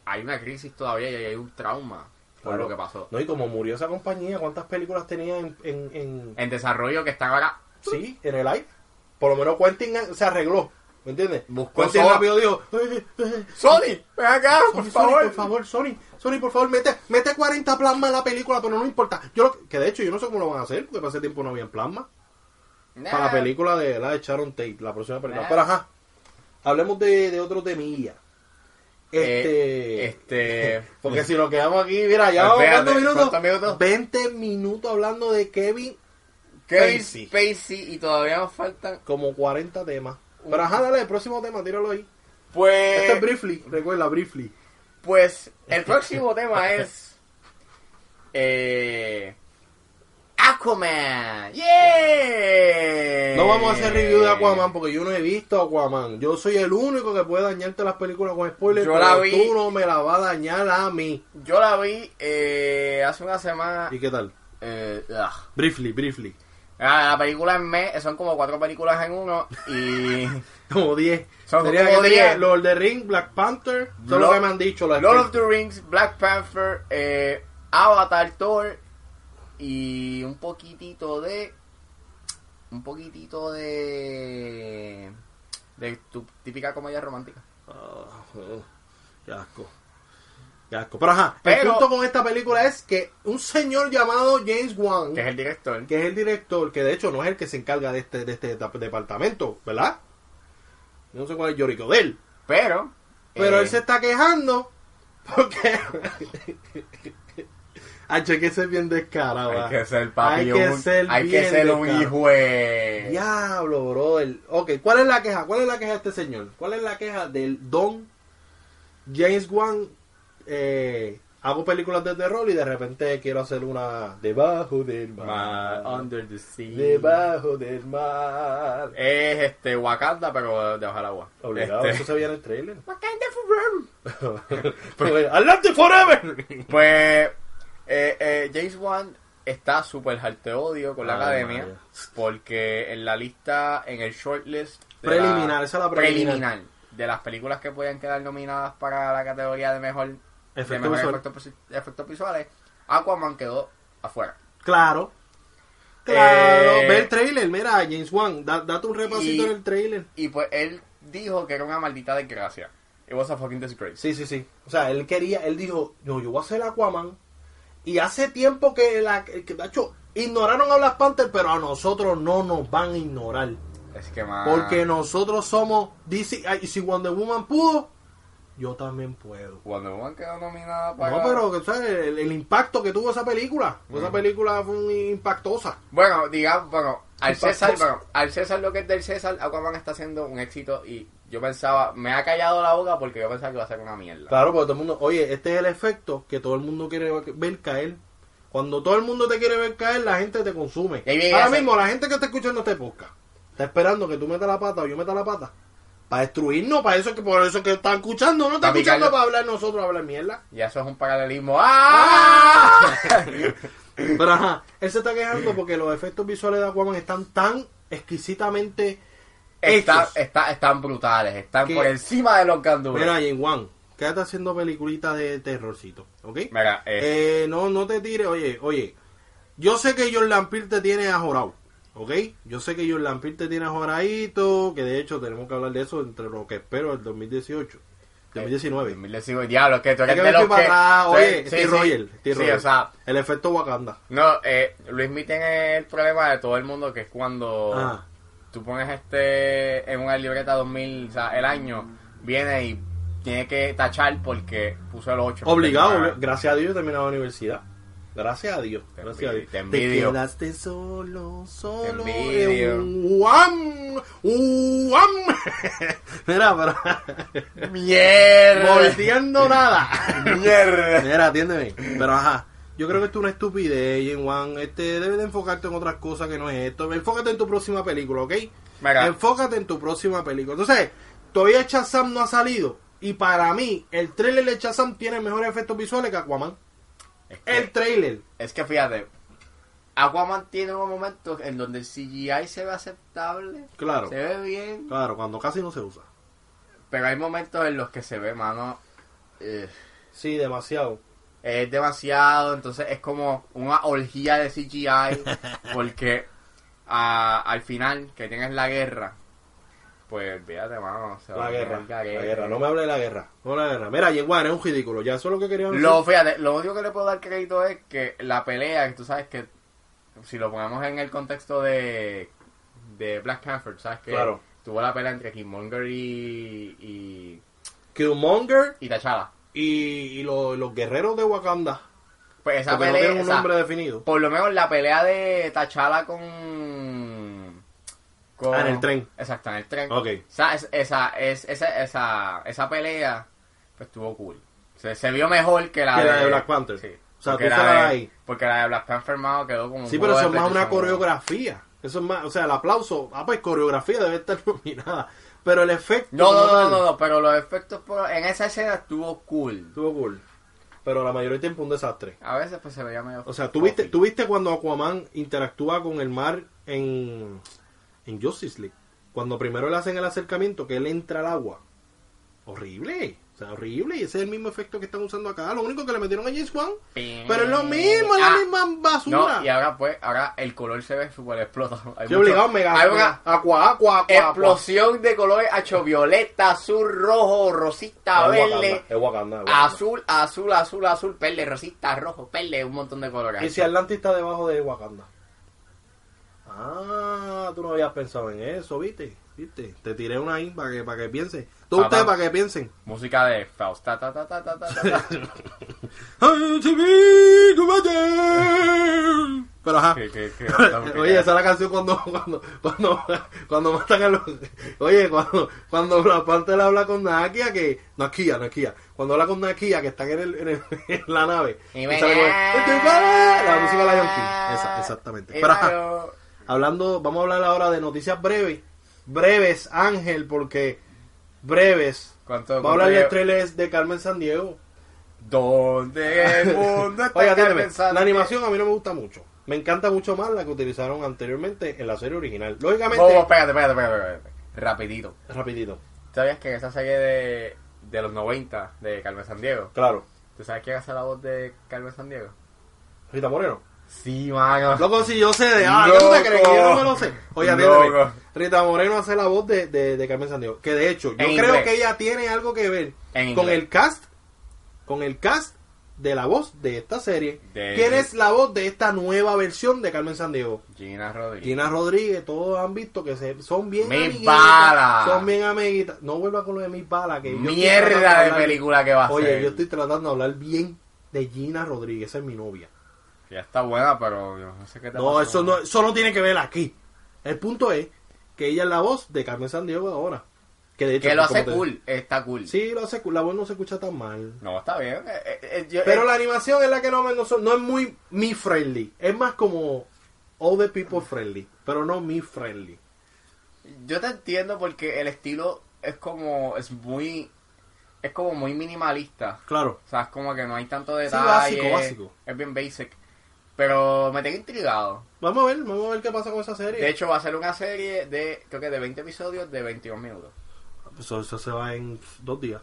S2: Hay una crisis todavía y hay un trauma por
S1: Claro.
S2: lo que pasó.
S1: No, y como murió esa compañía, ¿cuántas películas tenía en, en, en-
S2: En desarrollo que están ahora.
S1: sí, en el aire? Por lo menos Quentin se arregló, ¿me entiendes?
S2: Buscó
S1: Quentin
S2: Sony.
S1: rápido dijo, "Eh, eh, eh,
S2: ¡Sony! ¡Ven acá!
S1: Sony, Sony, por favor, Sony, Sony, por favor, mete, mete 40 plasma en la película, pero no importa. Yo lo- que de hecho yo no sé cómo lo van a hacer, porque para ese tiempo no había plasma.
S2: Nah.
S1: Para la película de la de Sharon Tate, la próxima película.
S2: Nah.
S1: Pero ajá, hablemos de, de otro temilla. Este,
S2: Eh, este.
S1: porque si nos quedamos aquí, mira, ya vamos
S2: Espérate,
S1: ¿cuántos minutos?
S2: ¿cuántos minutos?
S1: 20 minutos hablando de Kevin,
S2: Kevin
S1: Spacey.
S2: Spacey y todavía nos faltan.
S1: como 40 temas. Pero ajá, dale, el próximo tema, tíralo ahí.
S2: Pues.
S1: Este es Briefly, recuerda, Briefly.
S2: Pues el próximo tema es. Eh, Aquaman. ¡Yeah!
S1: No vamos a hacer review de Aquaman porque yo no he visto Aquaman. Yo soy el único que puede dañarte las películas con spoilers,
S2: Yo
S1: pero
S2: la vi.
S1: tú no me la vas a dañar a mí.
S2: Yo la vi eh, hace una semana.
S1: ¿Y qué tal?
S2: eh, ugh.
S1: Briefly, briefly.
S2: Ah, La película en mes son como cuatro películas en uno. Y.
S1: Como 10.
S2: Son
S1: Sería
S2: como
S1: que tenía
S2: 10.
S1: Lord of the Ring, Black Panther, todo lo
S2: Lord-
S1: que me han dicho los
S2: Lord of
S1: expertos.
S2: the Rings, Black Panther, eh, Avatar, Thor. Y un poquitito de. Un poquitito de. De tu típica comedia romántica.
S1: Ah, oh, qué asco. Qué asco. Pero ajá, el
S2: Pero-
S1: punto con esta película es que un señor llamado James Wan,
S2: que es el director.
S1: que es el director, que de hecho no es el que se encarga de este, de este dep- departamento, ¿verdad? Yo no sé cuál es el llorico de él.
S2: Pero.
S1: Pero
S2: eh,
S1: él se está quejando porque. Hacho, hay que ser bien descarado. ah.
S2: Hay
S1: ¿verdad?
S2: que ser papi.
S1: Hay que
S2: un,
S1: ser,
S2: hay que
S1: bien
S2: ser un
S1: descarado.
S2: hijo. de-
S1: Diablo, bro. Ok, ¿cuál es la queja? ¿Cuál es la queja de este señor? ¿Cuál es la queja del don James Wan? Eh, hago películas de terror y de repente quiero hacer una debajo del
S2: Ma-
S1: mar.
S2: Under the sea.
S1: Debajo del mar.
S2: Es este Wakanda, pero debajo del agua.
S1: Obligado,
S2: Este,
S1: eso se veía en el trailer.
S2: Wakanda forever.
S1: ¡Adelante forever!
S2: Pues. Eh, eh, James Wan está súper jalteodio odio con la
S1: Ay,
S2: academia.
S1: María.
S2: Porque en la lista, en el shortlist. de
S1: Preliminar, esa es la preliminar.
S2: De las películas que pueden quedar nominadas para la categoría de mejor. de
S1: Efecto
S2: mejores
S1: visual.
S2: efectos visi- efectos visuales. Aquaman quedó afuera.
S1: Claro. Claro.
S2: Eh,
S1: Ve el trailer, mira, James Wan, da, date un repasito
S2: y-
S1: en el trailer.
S2: Y pues él dijo que era una maldita desgracia. It was a fucking disgrace.
S1: Sí, sí, sí. O sea, él quería, él dijo, no, yo voy a hacer Aquaman. Y hace tiempo que, la, que de hecho, ignoraron a Black Panther, pero a nosotros no nos van a ignorar.
S2: Es que más.
S1: Porque nosotros somos DC. ay, Y si Wonder Woman pudo, yo también puedo.
S2: Wonder Woman quedó nominada para.
S1: No, pero que, ¿sabes? El, el impacto que tuvo esa película. Pues Esa película fue muy impactosa.
S2: Bueno, digamos, bueno, al
S1: Impactos.
S2: César, bueno, al César lo que es del César, Aquaman está haciendo un éxito y yo pensaba, me ha callado la boca porque yo pensaba que iba a ser una mierda.
S1: Claro, porque todo el mundo, oye, este es el efecto que todo el mundo quiere ver caer. Cuando todo el mundo te quiere ver caer, la gente te consume.
S2: Y ahí viene
S1: Ahora
S2: ese-
S1: mismo, la gente que está escuchando este podcast está esperando que tú metas la pata o yo meta la pata para destruirnos, para eso que por eso que están escuchando, no está
S2: Papi,
S1: escuchando
S2: Carlos.
S1: para hablar nosotros, hablar mierda.
S2: Y eso es un paralelismo. ¡Ah!
S1: Pero ajá, él se está quejando porque los efectos visuales de Aquaman están tan exquisitamente
S2: Está,
S1: hechos.
S2: está, están brutales, están
S1: ¿Qué?
S2: por encima de los gandules.
S1: Mira, Jane Wan, quédate haciendo peliculitas de terrorcito, ¿ok?
S2: Mira, eh,
S1: Eh, no, no te tires, oye, oye. Yo sé que Jordan Peele te tiene ajorado, ¿ok? Yo sé que Jordan Peele te tiene ajoradito, que de hecho tenemos que hablar de eso entre lo que espero el 2018, 2019.
S2: 2019, eh, diablo, es que tú
S1: Hay
S2: eres
S1: que
S2: de
S1: ver
S2: los
S1: para
S2: que...
S1: atrás, oye,
S2: Sí,
S1: Steve
S2: sí.
S1: Rogers, Steve
S2: Sí,
S1: Rogers.
S2: o sea,
S1: el efecto Wakanda.
S2: No, eh, Luismi tiene el problema de todo el mundo que es cuando
S1: Ajá.
S2: tú pones este en una libreta 2000, o sea, el año, viene y tiene que tachar porque puso el 8.
S1: Obligado, obli- gracias a Dios yo he terminado la universidad. Gracias a Dios.
S2: ah. Te
S1: gracias a Dios.
S2: envidio, te envidio.
S1: quedaste solo, solo.
S2: Te envidio.
S1: en un guam, un guam. Mira, pero.
S2: ¡Mierda!
S1: volteando nada.
S2: ¡Mierda!
S1: Mira, atiéndeme. Pero ajá. Yo creo que esto es una estupidez, Jen Wan. Este, debes de enfocarte en otras cosas que no es esto. Enfócate en tu próxima película, ¿ok?
S2: Mira.
S1: Enfócate en tu próxima película. Entonces, todavía Shazam no ha salido. Y para mí, el trailer de Shazam tiene mejores efectos visuales que Aquaman.
S2: Es que-
S1: El trailer.
S2: Es que fíjate, Aquaman tiene unos momentos en donde el CGI se ve aceptable,
S1: Claro.
S2: se ve bien,
S1: Claro, cuando casi no se usa.
S2: pero hay momentos en los que se ve, mano, eh,
S1: Sí, demasiado.
S2: es demasiado, entonces es como una orgía de CGI, porque a- al final que tienes la guerra, pues fíjate, mano, se va
S1: La
S2: a
S1: guerra.
S2: poner
S1: La guerra. No me hable de la guerra. No de la guerra. Mira, Jen Wan es un ridículo. Ya eso es lo que queríamos
S2: Lo, fíjate, lo único que le puedo dar crédito es que la pelea, que tú sabes que si lo ponemos en el contexto de, de Black Panther, sabes que
S1: Claro.
S2: tuvo la pelea entre Killmonger y, y,
S1: Killmonger
S2: y T'Challa.
S1: y, y lo- los guerreros de Wakanda.
S2: Pues esa
S1: Porque no
S2: pelea,
S1: tienen un
S2: esa-
S1: nombre definido.
S2: por lo menos la pelea de T'Challa con, con-
S1: Ah, en el tren.
S2: Exacto, en el tren.
S1: Ok.
S2: Esa, es- esa, es- esa, esa, esa pelea, pues estuvo cool. Se, se vio mejor que la,
S1: Que la de Black Panther.
S2: Sí.
S1: O sea,
S2: Porque
S1: tú
S2: la
S1: estabas
S2: de-
S1: ahí.
S2: Porque la de Black Panther, mano, quedó como un
S1: Sí, pero
S2: juego
S1: eso
S2: de
S1: es más una
S2: repetición.
S1: coreografía. Eso es más, o sea, el aplauso. Ah, pues coreografía debe estar nominada. Pero el efecto.
S2: No,
S1: como
S2: no, no,
S1: tal,
S2: no, no, pero los efectos por- en esa escena estuvo cool.
S1: Estuvo cool. Pero la mayoría del tiempo un desastre.
S2: A veces pues se veía medio...
S1: O sea, ¿tú viste, tú viste cuando Aquaman interactúa con el mar en, en Justice League. Cuando primero le hacen el acercamiento, que él entra al agua. Horrible. O sea, horrible. Y ese es el mismo efecto que están usando acá. Lo único que le metieron a James Wan.
S2: Ping.
S1: Pero es lo mismo, es la
S2: Ah,
S1: misma basura.
S2: No, y ahora pues, ahora el color se ve súper explotado. Hay
S1: Yo
S2: mucho-
S1: obligado me
S2: Hay una
S1: Aqua, aqua, aqua, aqua.
S2: explosión de colores hacho violeta, azul, rojo, rosita,
S1: Es Wakanda,
S2: verde,
S1: es Wakanda, es Wakanda.
S2: azul, azul, azul, azul, verde, rosita, rojo, verde, un montón de colores.
S1: ¿Y si Atlantis está debajo de Wakanda? Ah, tú no habías pensado en eso, ¿viste? ¿Viste? Te tiré una ahí para que, para que piensen. Todos
S2: Papá.
S1: ustedes para que piensen.
S2: Música de Faust. ta, ta, ta, ta, ta, ta, ta.
S1: ¡Ay, chiví, tu madre! Pero ajá.
S2: Que- que- que- que-
S1: Oye, esa es la canción cuando, cuando, cuando, cuando matan a los... Oye, cuando, cuando la parte le habla con Nakia, que... Nakia, Nakia. Cuando habla con Nakia, que están en, el, en, el- en la nave.
S2: Y
S1: y
S2: me-
S1: sale con el- La música de la Yankee. Esa, exactamente.
S2: Y
S1: Pero ajá.
S2: luego-
S1: Hablando, vamos a hablar ahora de noticias breves. Breves, Ángel, porque breves. Vamos a
S2: ¿Cuánto- cuánto
S1: hablar de
S2: lleva?
S1: trailers de Carmen San Diego.
S2: Donde el mundo está
S1: Oiga, dígame,
S2: pensando
S1: la animación a mí no me gusta mucho. Me encanta mucho más la que utilizaron anteriormente en la serie original.
S2: que-
S1: Lógicamente,
S2: Bobo, espérate, espérate, espérate, espérate. Rapidito.
S1: rapidito,
S2: ¿Sabías que en esa serie de, de los 90 de Carmen San Diego?
S1: claro.
S2: ¿Tú sabes quién hace la voz de Carmen San Diego?
S1: Rita Moreno.
S2: Sí, mano.
S1: Loco, si yo sé de... Ah, ¿qué tú te
S2: Loco.
S1: crees que yo no me lo sé? Oye, atiéndeme.
S2: Loco.
S1: Rita Moreno hace la voz de, de, de Carmen Sandiego. Que de hecho, yo
S2: En
S1: creo
S2: inglés.
S1: que ella tiene algo que ver
S2: En
S1: con
S2: inglés.
S1: el cast, con el cast de la voz de esta serie.
S2: De-
S1: ¿Quién es la voz de esta nueva versión de Carmen Sandiego?
S2: Gina Rodríguez.
S1: Gina Rodríguez, todos han visto que se, son bien
S2: Mis
S1: amiguitas,
S2: balas.
S1: Son bien amiguitas. No vuelva con lo de mis balas. Que yo estoy tratando
S2: Mierda de
S1: hablar-
S2: película que va a
S1: Oye,
S2: ser.
S1: yo estoy tratando de hablar bien de Gina Rodríguez, esa es mi novia.
S2: Ya está buena, pero yo no sé qué te
S1: No,
S2: pasó.
S1: eso no, eso no tiene que ver aquí. El punto es que ella es la voz de Carmen Sandiego ahora. Que, de hecho,
S2: Que lo
S1: como
S2: hace
S1: te-
S2: cool. Está cool.
S1: Sí, lo hace cool. La voz no se escucha tan mal.
S2: No, está bien. Eh, eh, eh, yo-
S1: Pero
S2: eh,
S1: la animación es la que no me no, son- no es muy me friendly. Es más como all the people friendly, pero no me friendly.
S2: Yo te entiendo porque el estilo es como... Es muy... Es como muy minimalista.
S1: Claro.
S2: O sea, es como que no hay tanto detalle.
S1: básico, básico.
S2: Es bien basic. Pero me tengo intrigado.
S1: Vamos a ver, vamos a ver qué pasa con esa serie.
S2: De hecho, va a ser una serie de, creo que de 20 episodios de 22 minutos.
S1: eso, eso se va en dos días.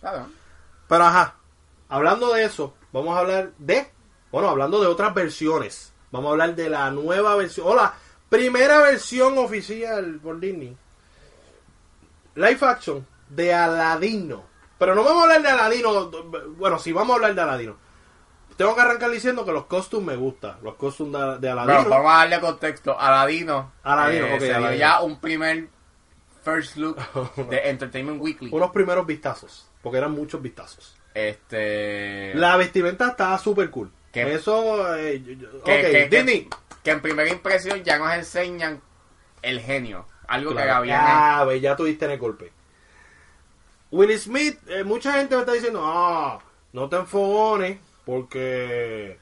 S2: ¿Sabes?
S1: Pero ajá, hablando de eso, vamos a hablar de, bueno, hablando de otras versiones. Vamos a hablar de la nueva versión, o la primera versión oficial por Disney. Live action de Aladino. Pero no vamos a hablar de Aladino, bueno, sí vamos a hablar de Aladino. Tengo que arrancar diciendo que los costumes me gustan, los costumes de, de Aladino.
S2: Bueno, vamos a darle contexto. Aladino.
S1: Aladino,
S2: eh,
S1: ok,
S2: se dio
S1: Aladino.
S2: ya un primer first look de Entertainment Weekly.
S1: unos primeros vistazos, porque eran muchos vistazos.
S2: Este.
S1: La vestimenta estaba súper cool.
S2: Que,
S1: Eso. eh, yo- yo- ok,
S2: que- que- que-
S1: Disney.
S2: que en primera impresión ya nos enseñan el genio. Algo que
S1: Claro.
S2: había
S1: Ah, ve, ya tuviste en el golpe. Will Smith, eh, mucha gente me está diciendo, ah, no te enfogones, porque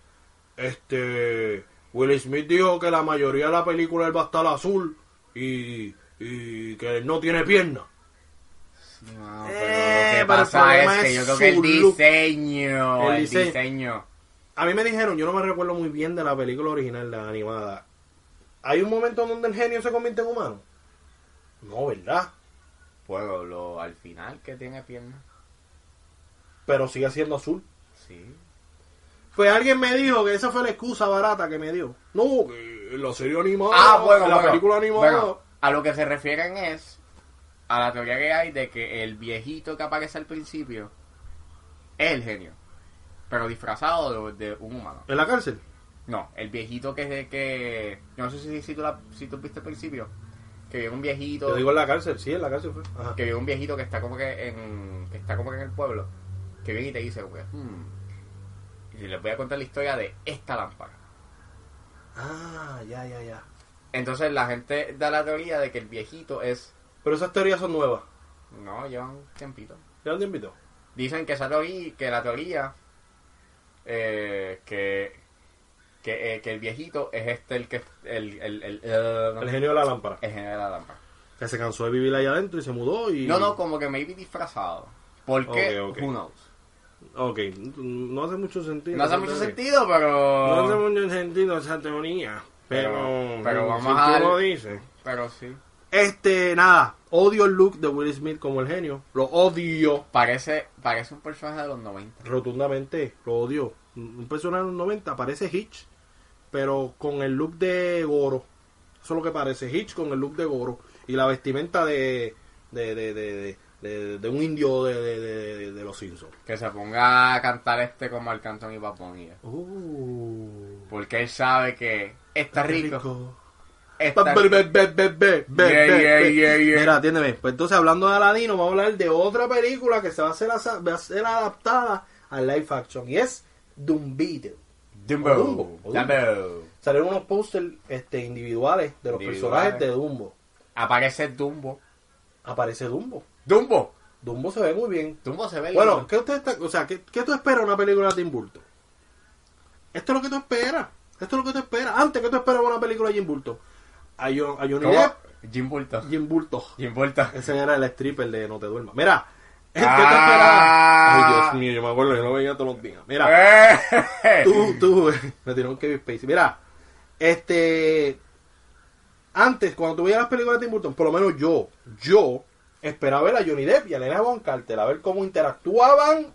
S1: este Will Smith dijo que la mayoría de la película él va a estar azul y, y que él no tiene pierna.
S2: No,
S1: Eh,
S2: pero lo que
S1: pero el
S2: pasa
S1: problema
S2: es que
S1: es
S2: yo creo que el
S1: su look.
S2: diseño,
S1: El
S2: el
S1: diseño.
S2: diseño.
S1: A mí me dijeron, yo no me recuerdo muy bien de la película original, la animada. ¿Hay un momento donde el genio se convierte en humano? No, ¿verdad?
S2: Bueno, lo, al final que tiene piernas.
S1: Pero sigue siendo azul.
S2: Sí.
S1: Pues alguien me dijo que esa fue la excusa barata que me dio. No, que la serie animada,
S2: Ah, bueno,
S1: la
S2: bueno.
S1: película animada.
S2: Bueno, a lo que se refieren es a la teoría que hay de que el viejito que aparece al principio es el genio, pero disfrazado de, de un humano.
S1: En la cárcel.
S2: No, el viejito que es de que. Yo no sé si, si, tú, la- si tú viste al principio, que viene un viejito.
S1: Te digo en la cárcel, sí, en la cárcel fue. Ajá.
S2: que viene un viejito que está como que en que está como que en el pueblo que viene y te dice como que, "Hmm, y les voy a contar la historia de esta lámpara
S1: Ah, ya, ya, ya.
S2: entonces la gente da la teoría de que el viejito es
S1: Pero esas teorías son nuevas.
S2: no llevan tiempito
S1: ¿Ya te invitó?
S2: dicen que esa teoría que la teoría eh, que que, eh, que el viejito es este el que el el el, eh,
S1: El genio de la lámpara.
S2: el genio de la lámpara
S1: Que se cansó de vivir allá adentro y se mudó y...
S2: no no como que maybe disfrazado porque
S1: Ok, ok.
S2: who knows
S1: Ok, no hace mucho sentido.
S2: no hace mucho
S1: Entonces,
S2: sentido pero
S1: No hace mucho sentido esa teoría. Pero,
S2: Pero- pero vamos
S1: si
S2: a
S1: tú
S2: dar-
S1: lo dices.
S2: pero sí
S1: Este, nada. Odio el look de Will Smith como el genio. Lo odio.
S2: Parece, parece un personaje de los 90.
S1: rotundamente lo odio. Un personaje de los 90 parece Hitch, pero con el look de Goro. Eso es lo que parece Hitch con el look de Goro y la vestimenta de de, de, de, de- de- de un indio de, de, de- de- de los Simpsons.
S2: Que se ponga a cantar este como al cantón y Bunny. Porque él sabe que está Uh, rico. Está
S1: Be- be- be- be- be- be-
S2: Yeah,
S1: be-
S2: yeah,
S1: be.
S2: yeah, yeah.
S1: Mira, atiéndeme. Pues entonces, hablando de Aladino, vamos a hablar de otra película que se va a hacer, asa- va a ser adaptada al live action y es Dumb
S2: Dumbo.
S1: Dumbo.
S2: Dumbo. Dumbo.
S1: salieron unos pósters este, individuales de los
S2: Individuales.
S1: personajes de Dumbo.
S2: Aparece Dumbo.
S1: Aparece Dumbo.
S2: Dumbo.
S1: Dumbo se ve muy bien.
S2: Dumbo se ve
S1: Bueno,
S2: lindo.
S1: ¿qué usted está, o sea, ¿qué, qué tú esperas de una película de Tim Burton? Esto es lo que tú esperas. Esto es lo que tú esperas. Antes, ¿qué tú esperas de una película de Jim Burton? A, Jo- a Johnny
S2: ¿Cómo?
S1: Depp,
S2: Jim Burton.
S1: Jim Burton.
S2: Jim Burton.
S1: Ese era el stripper de No te duermas. Mira, ¿qué
S2: Ah.
S1: te esperas? Ay, Dios mío, yo me acuerdo, yo lo veía todos los días. Mira,
S2: Eh.
S1: tú, tú, me tiró un Kevin Spacey. Mira, este. Antes, cuando tú veías las películas de Tim Burton, por lo menos yo, yo esperaba ver a Johnny Depp y a Elena Von Carter, a ver cómo interactuaban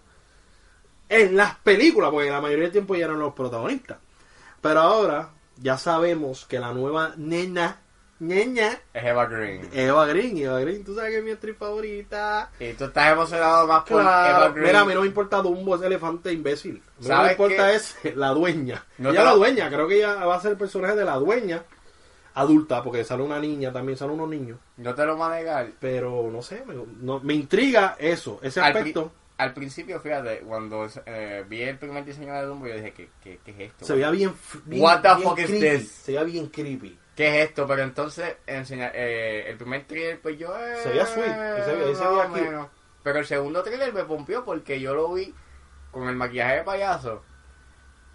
S1: en las películas, porque la mayoría del tiempo ya eran los protagonistas. Pero ahora ya sabemos que la nueva nena, nena,
S2: Es Eva Green.
S1: Eva Green, Eva Green, tú sabes que es mi actriz favorita.
S2: Y tú estás emocionado más por Eva
S1: Claro,
S2: Green.
S1: mira, a mí no me importa Dumbo, ese elefante imbécil. A mí No me
S2: ¿Sabes
S1: importa
S2: qué?
S1: es la dueña.
S2: No
S1: ella
S2: te
S1: la
S2: lo-
S1: dueña, creo que ella va a ser el personaje de la dueña adulta, porque sale una niña, también sale unos niños.
S2: No te lo voy a negar.
S1: Pero no sé, me, no- me intriga eso, ese
S2: al,
S1: aspecto.
S2: pri- al principio, fíjate, cuando eh, vi el primer diseño de Dumbo, yo dije, ¿qué, qué, qué es esto?
S1: Se veía bien, f- bien-
S2: What the
S1: bien
S2: fuck is
S1: creepy.
S2: this?
S1: Se veía bien creepy.
S2: ¿Qué es esto? Pero entonces, enseña, eh, el primer thriller, pues yo... eh,
S1: Se veía sweet, se veía- se veía
S2: más o
S1: cute.
S2: menos. Pero el segundo thriller me pompió porque yo lo vi con el maquillaje de payaso.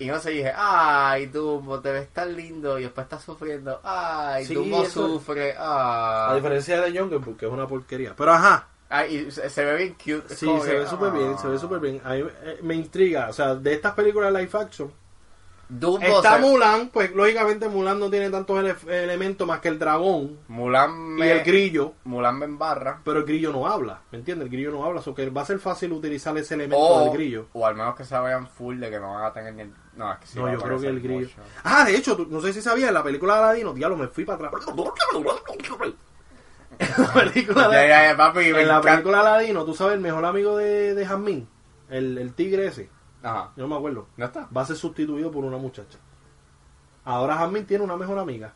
S2: Y no sé, dije, ay, Dumbo, te ves tan lindo y después estás sufriendo. Ay,
S1: Sí,
S2: Dumbo
S1: eso-
S2: sufre.
S1: A
S2: Ay.
S1: diferencia de Jungle Book, que es una porquería. Pero ajá,
S2: Ay, Ah, y se, se ve bien cute. es
S1: sí,
S2: como
S1: se
S2: que,
S1: ve súper bien,
S2: ah.
S1: se ve súper bien. A mí, eh, me intriga, o sea, de estas películas live action,
S2: Dumbo
S1: Está
S2: se-
S1: Mulan, pues lógicamente Mulan no tiene tantos ele- elementos más que el dragón
S2: Mulan
S1: y
S2: me,
S1: el grillo,
S2: Mulan me embarra.
S1: pero el grillo no habla, ¿me entiendes? El grillo no habla, so que va a ser fácil utilizar ese elemento
S2: O,
S1: del grillo.
S2: o al menos que se vean full de que no van a tener ni el- No, es que sí
S1: No,
S2: va a
S1: yo creo que
S2: aparecer
S1: el grillo.
S2: mucho.
S1: Ah, de hecho, tú- no sé si sabías, en la película de Aladino, diablo, me fui para atrás. En la película
S2: Ya,
S1: de,
S2: ya, ya, papi, me
S1: en la
S2: encanta.
S1: película de Aladino, tú sabes, el mejor amigo de, de Jasmine, el, el tigre ese,
S2: Ajá.
S1: yo no me acuerdo,
S2: ¿No está?
S1: va a ser sustituido por una muchacha. Ahora Jasmine tiene una mejor amiga.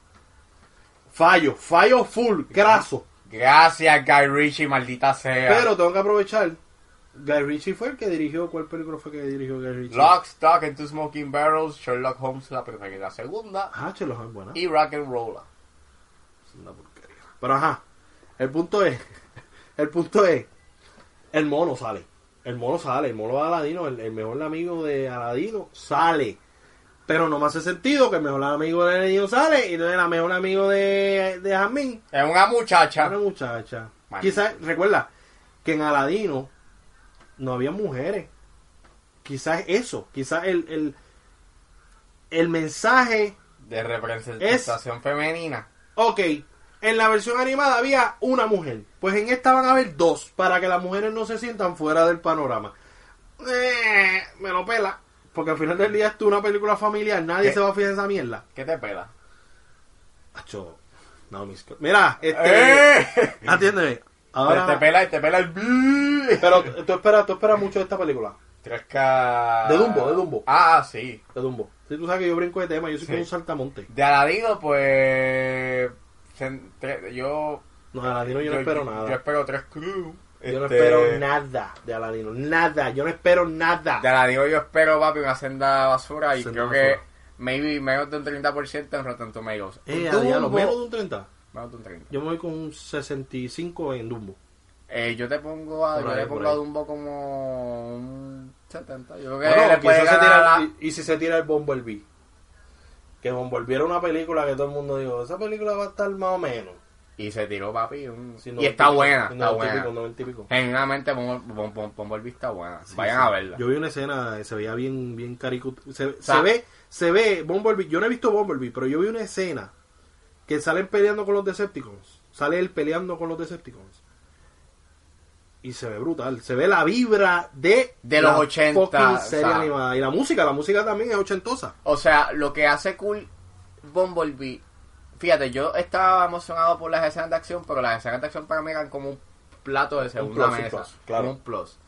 S1: Fallo, fallo full, graso.
S2: Gracias, Guy Ritchie, maldita sea.
S1: Pero tengo que aprovechar Guy Ritchie fue el que dirigió, ¿cuál película fue que dirigió Guy Ritchie?
S2: Lock, Stock and Two Smoking Barrels, Sherlock Holmes la primera y la segunda,
S1: Ah, Sherlock es buena.
S2: y Rock and Roller.
S1: Es una porquería. Pero ajá, el punto es, el punto es, el mono sale. El mono sale, el mono de Aladino, el, el mejor amigo de Aladino sale. Pero no me hace sentido que el mejor amigo de Aladino sale y no es la mejor amigo de, de Jasmine.
S2: Es una muchacha.
S1: Una muchacha.
S2: Mal.
S1: Quizás, recuerda, que en Aladino no había mujeres. Quizás eso, quizás el, el, el mensaje
S2: De representación femenina.
S1: Ok, en la versión animada había una mujer. Pues en esta van a haber dos para que las mujeres no se sientan fuera del panorama. Eh, me lo pela. Porque al final del día esto es una película familiar. Nadie
S2: ¿Qué?
S1: se va a fijar en esa mierda.
S2: ¿Qué te pela?
S1: Acho, no, mis co- Mira, este.
S2: ¡Eh!
S1: Atiéndeme. Ahora.
S2: Te pela y te pela el...
S1: Pero tú esperas, tú esperas mucho de esta película.
S2: Crees que... De
S1: De Dumbo, de Dumbo.
S2: Ah, sí.
S1: De Dumbo. Si tú sabes que yo brinco de tema, yo soy
S2: Sí.
S1: como un saltamonte.
S2: De Aladino, pues... se entre- Yo...
S1: No, de Aladino yo no espero nada.
S2: Yo espero tres clues.
S1: Yo no
S2: Este,
S1: espero nada de Aladino. Nada. Yo no espero nada.
S2: De Aladino yo espero, papi, una senda basura y
S1: Senda
S2: creo que...
S1: basura.
S2: Maybe menos de un 30% en Rotten Tomatoes.
S1: Eh, a
S2: Dumbo,
S1: diablo, menos de un 30.
S2: menos de un 30.
S1: Yo me voy con un 65 en Dumbo.
S2: Eh, yo te pongo a,
S1: Por
S2: yo
S1: ahí,
S2: le
S1: por
S2: pongo a
S1: ahí.
S2: Dumbo como un 70. Yo creo que
S1: Bueno,
S2: le puede
S1: quizás se
S2: ganar
S1: tira-
S2: a-
S1: y, y si se tira el Bumblebee. Que Bumblebee era una película que todo el mundo dijo, esa película va a estar más o menos.
S2: y se tiró, papi. un-
S1: Sí,
S2: y está
S1: 90 y pico,
S2: buena, está
S1: 90 y
S2: buena.
S1: pico, 90 y pico.
S2: Genuinamente, Bum- Bum- Bum- Bumblebee está buena.
S1: Sí,
S2: Vayan
S1: sí.
S2: a verla.
S1: Yo vi una escena, eh, se veía bien, bien caricatura. Se,
S2: sea-
S1: se ve, se ve Bumblebee. Yo no he visto Bumblebee, pero yo vi una escena que salen peleando con los Decepticons. Sale él peleando con los Decepticons. Y se ve brutal. Se ve la vibra de,
S2: De los
S1: la
S2: 80,
S1: fucking
S2: o
S1: serie
S2: sea.
S1: animada. Y la música, la música también es ochentosa.
S2: O sea, lo que hace cool Bumblebee. Fíjate, yo estaba emocionado por las escenas de acción, pero las escenas de acción para mí eran como un plato de
S1: plus,
S2: segunda
S1: un
S2: mesa.
S1: plus, claro.
S2: como un plus.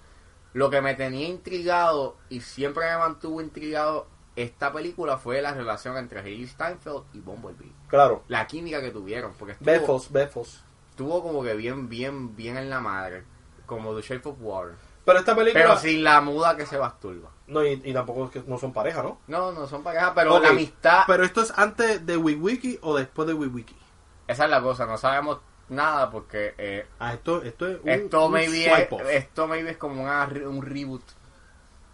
S2: Lo que me tenía intrigado y siempre me mantuvo intrigado esta película fue la relación entre Haley Steinfeld y Bumblebee.
S1: Claro.
S2: La química que tuvieron, porque estuvo,
S1: Befos, Befos.
S2: estuvo como que bien, bien, bien en la madre. Como The Shape of Water.
S1: Pero esta película.
S2: Pero sin la muda que se basturba.
S1: No, y, y tampoco es que no son pareja, ¿no?
S2: No, no son pareja, pero
S1: Ok,
S2: la amistad
S1: Pero esto es antes de Wiki o después de Wiki.
S2: Esa es la cosa, no sabemos nada porque eh,
S1: Ah, esto, esto es un,
S2: esto,
S1: un
S2: maybe es,
S1: swipe off.
S2: esto maybe es como una re- un reboot.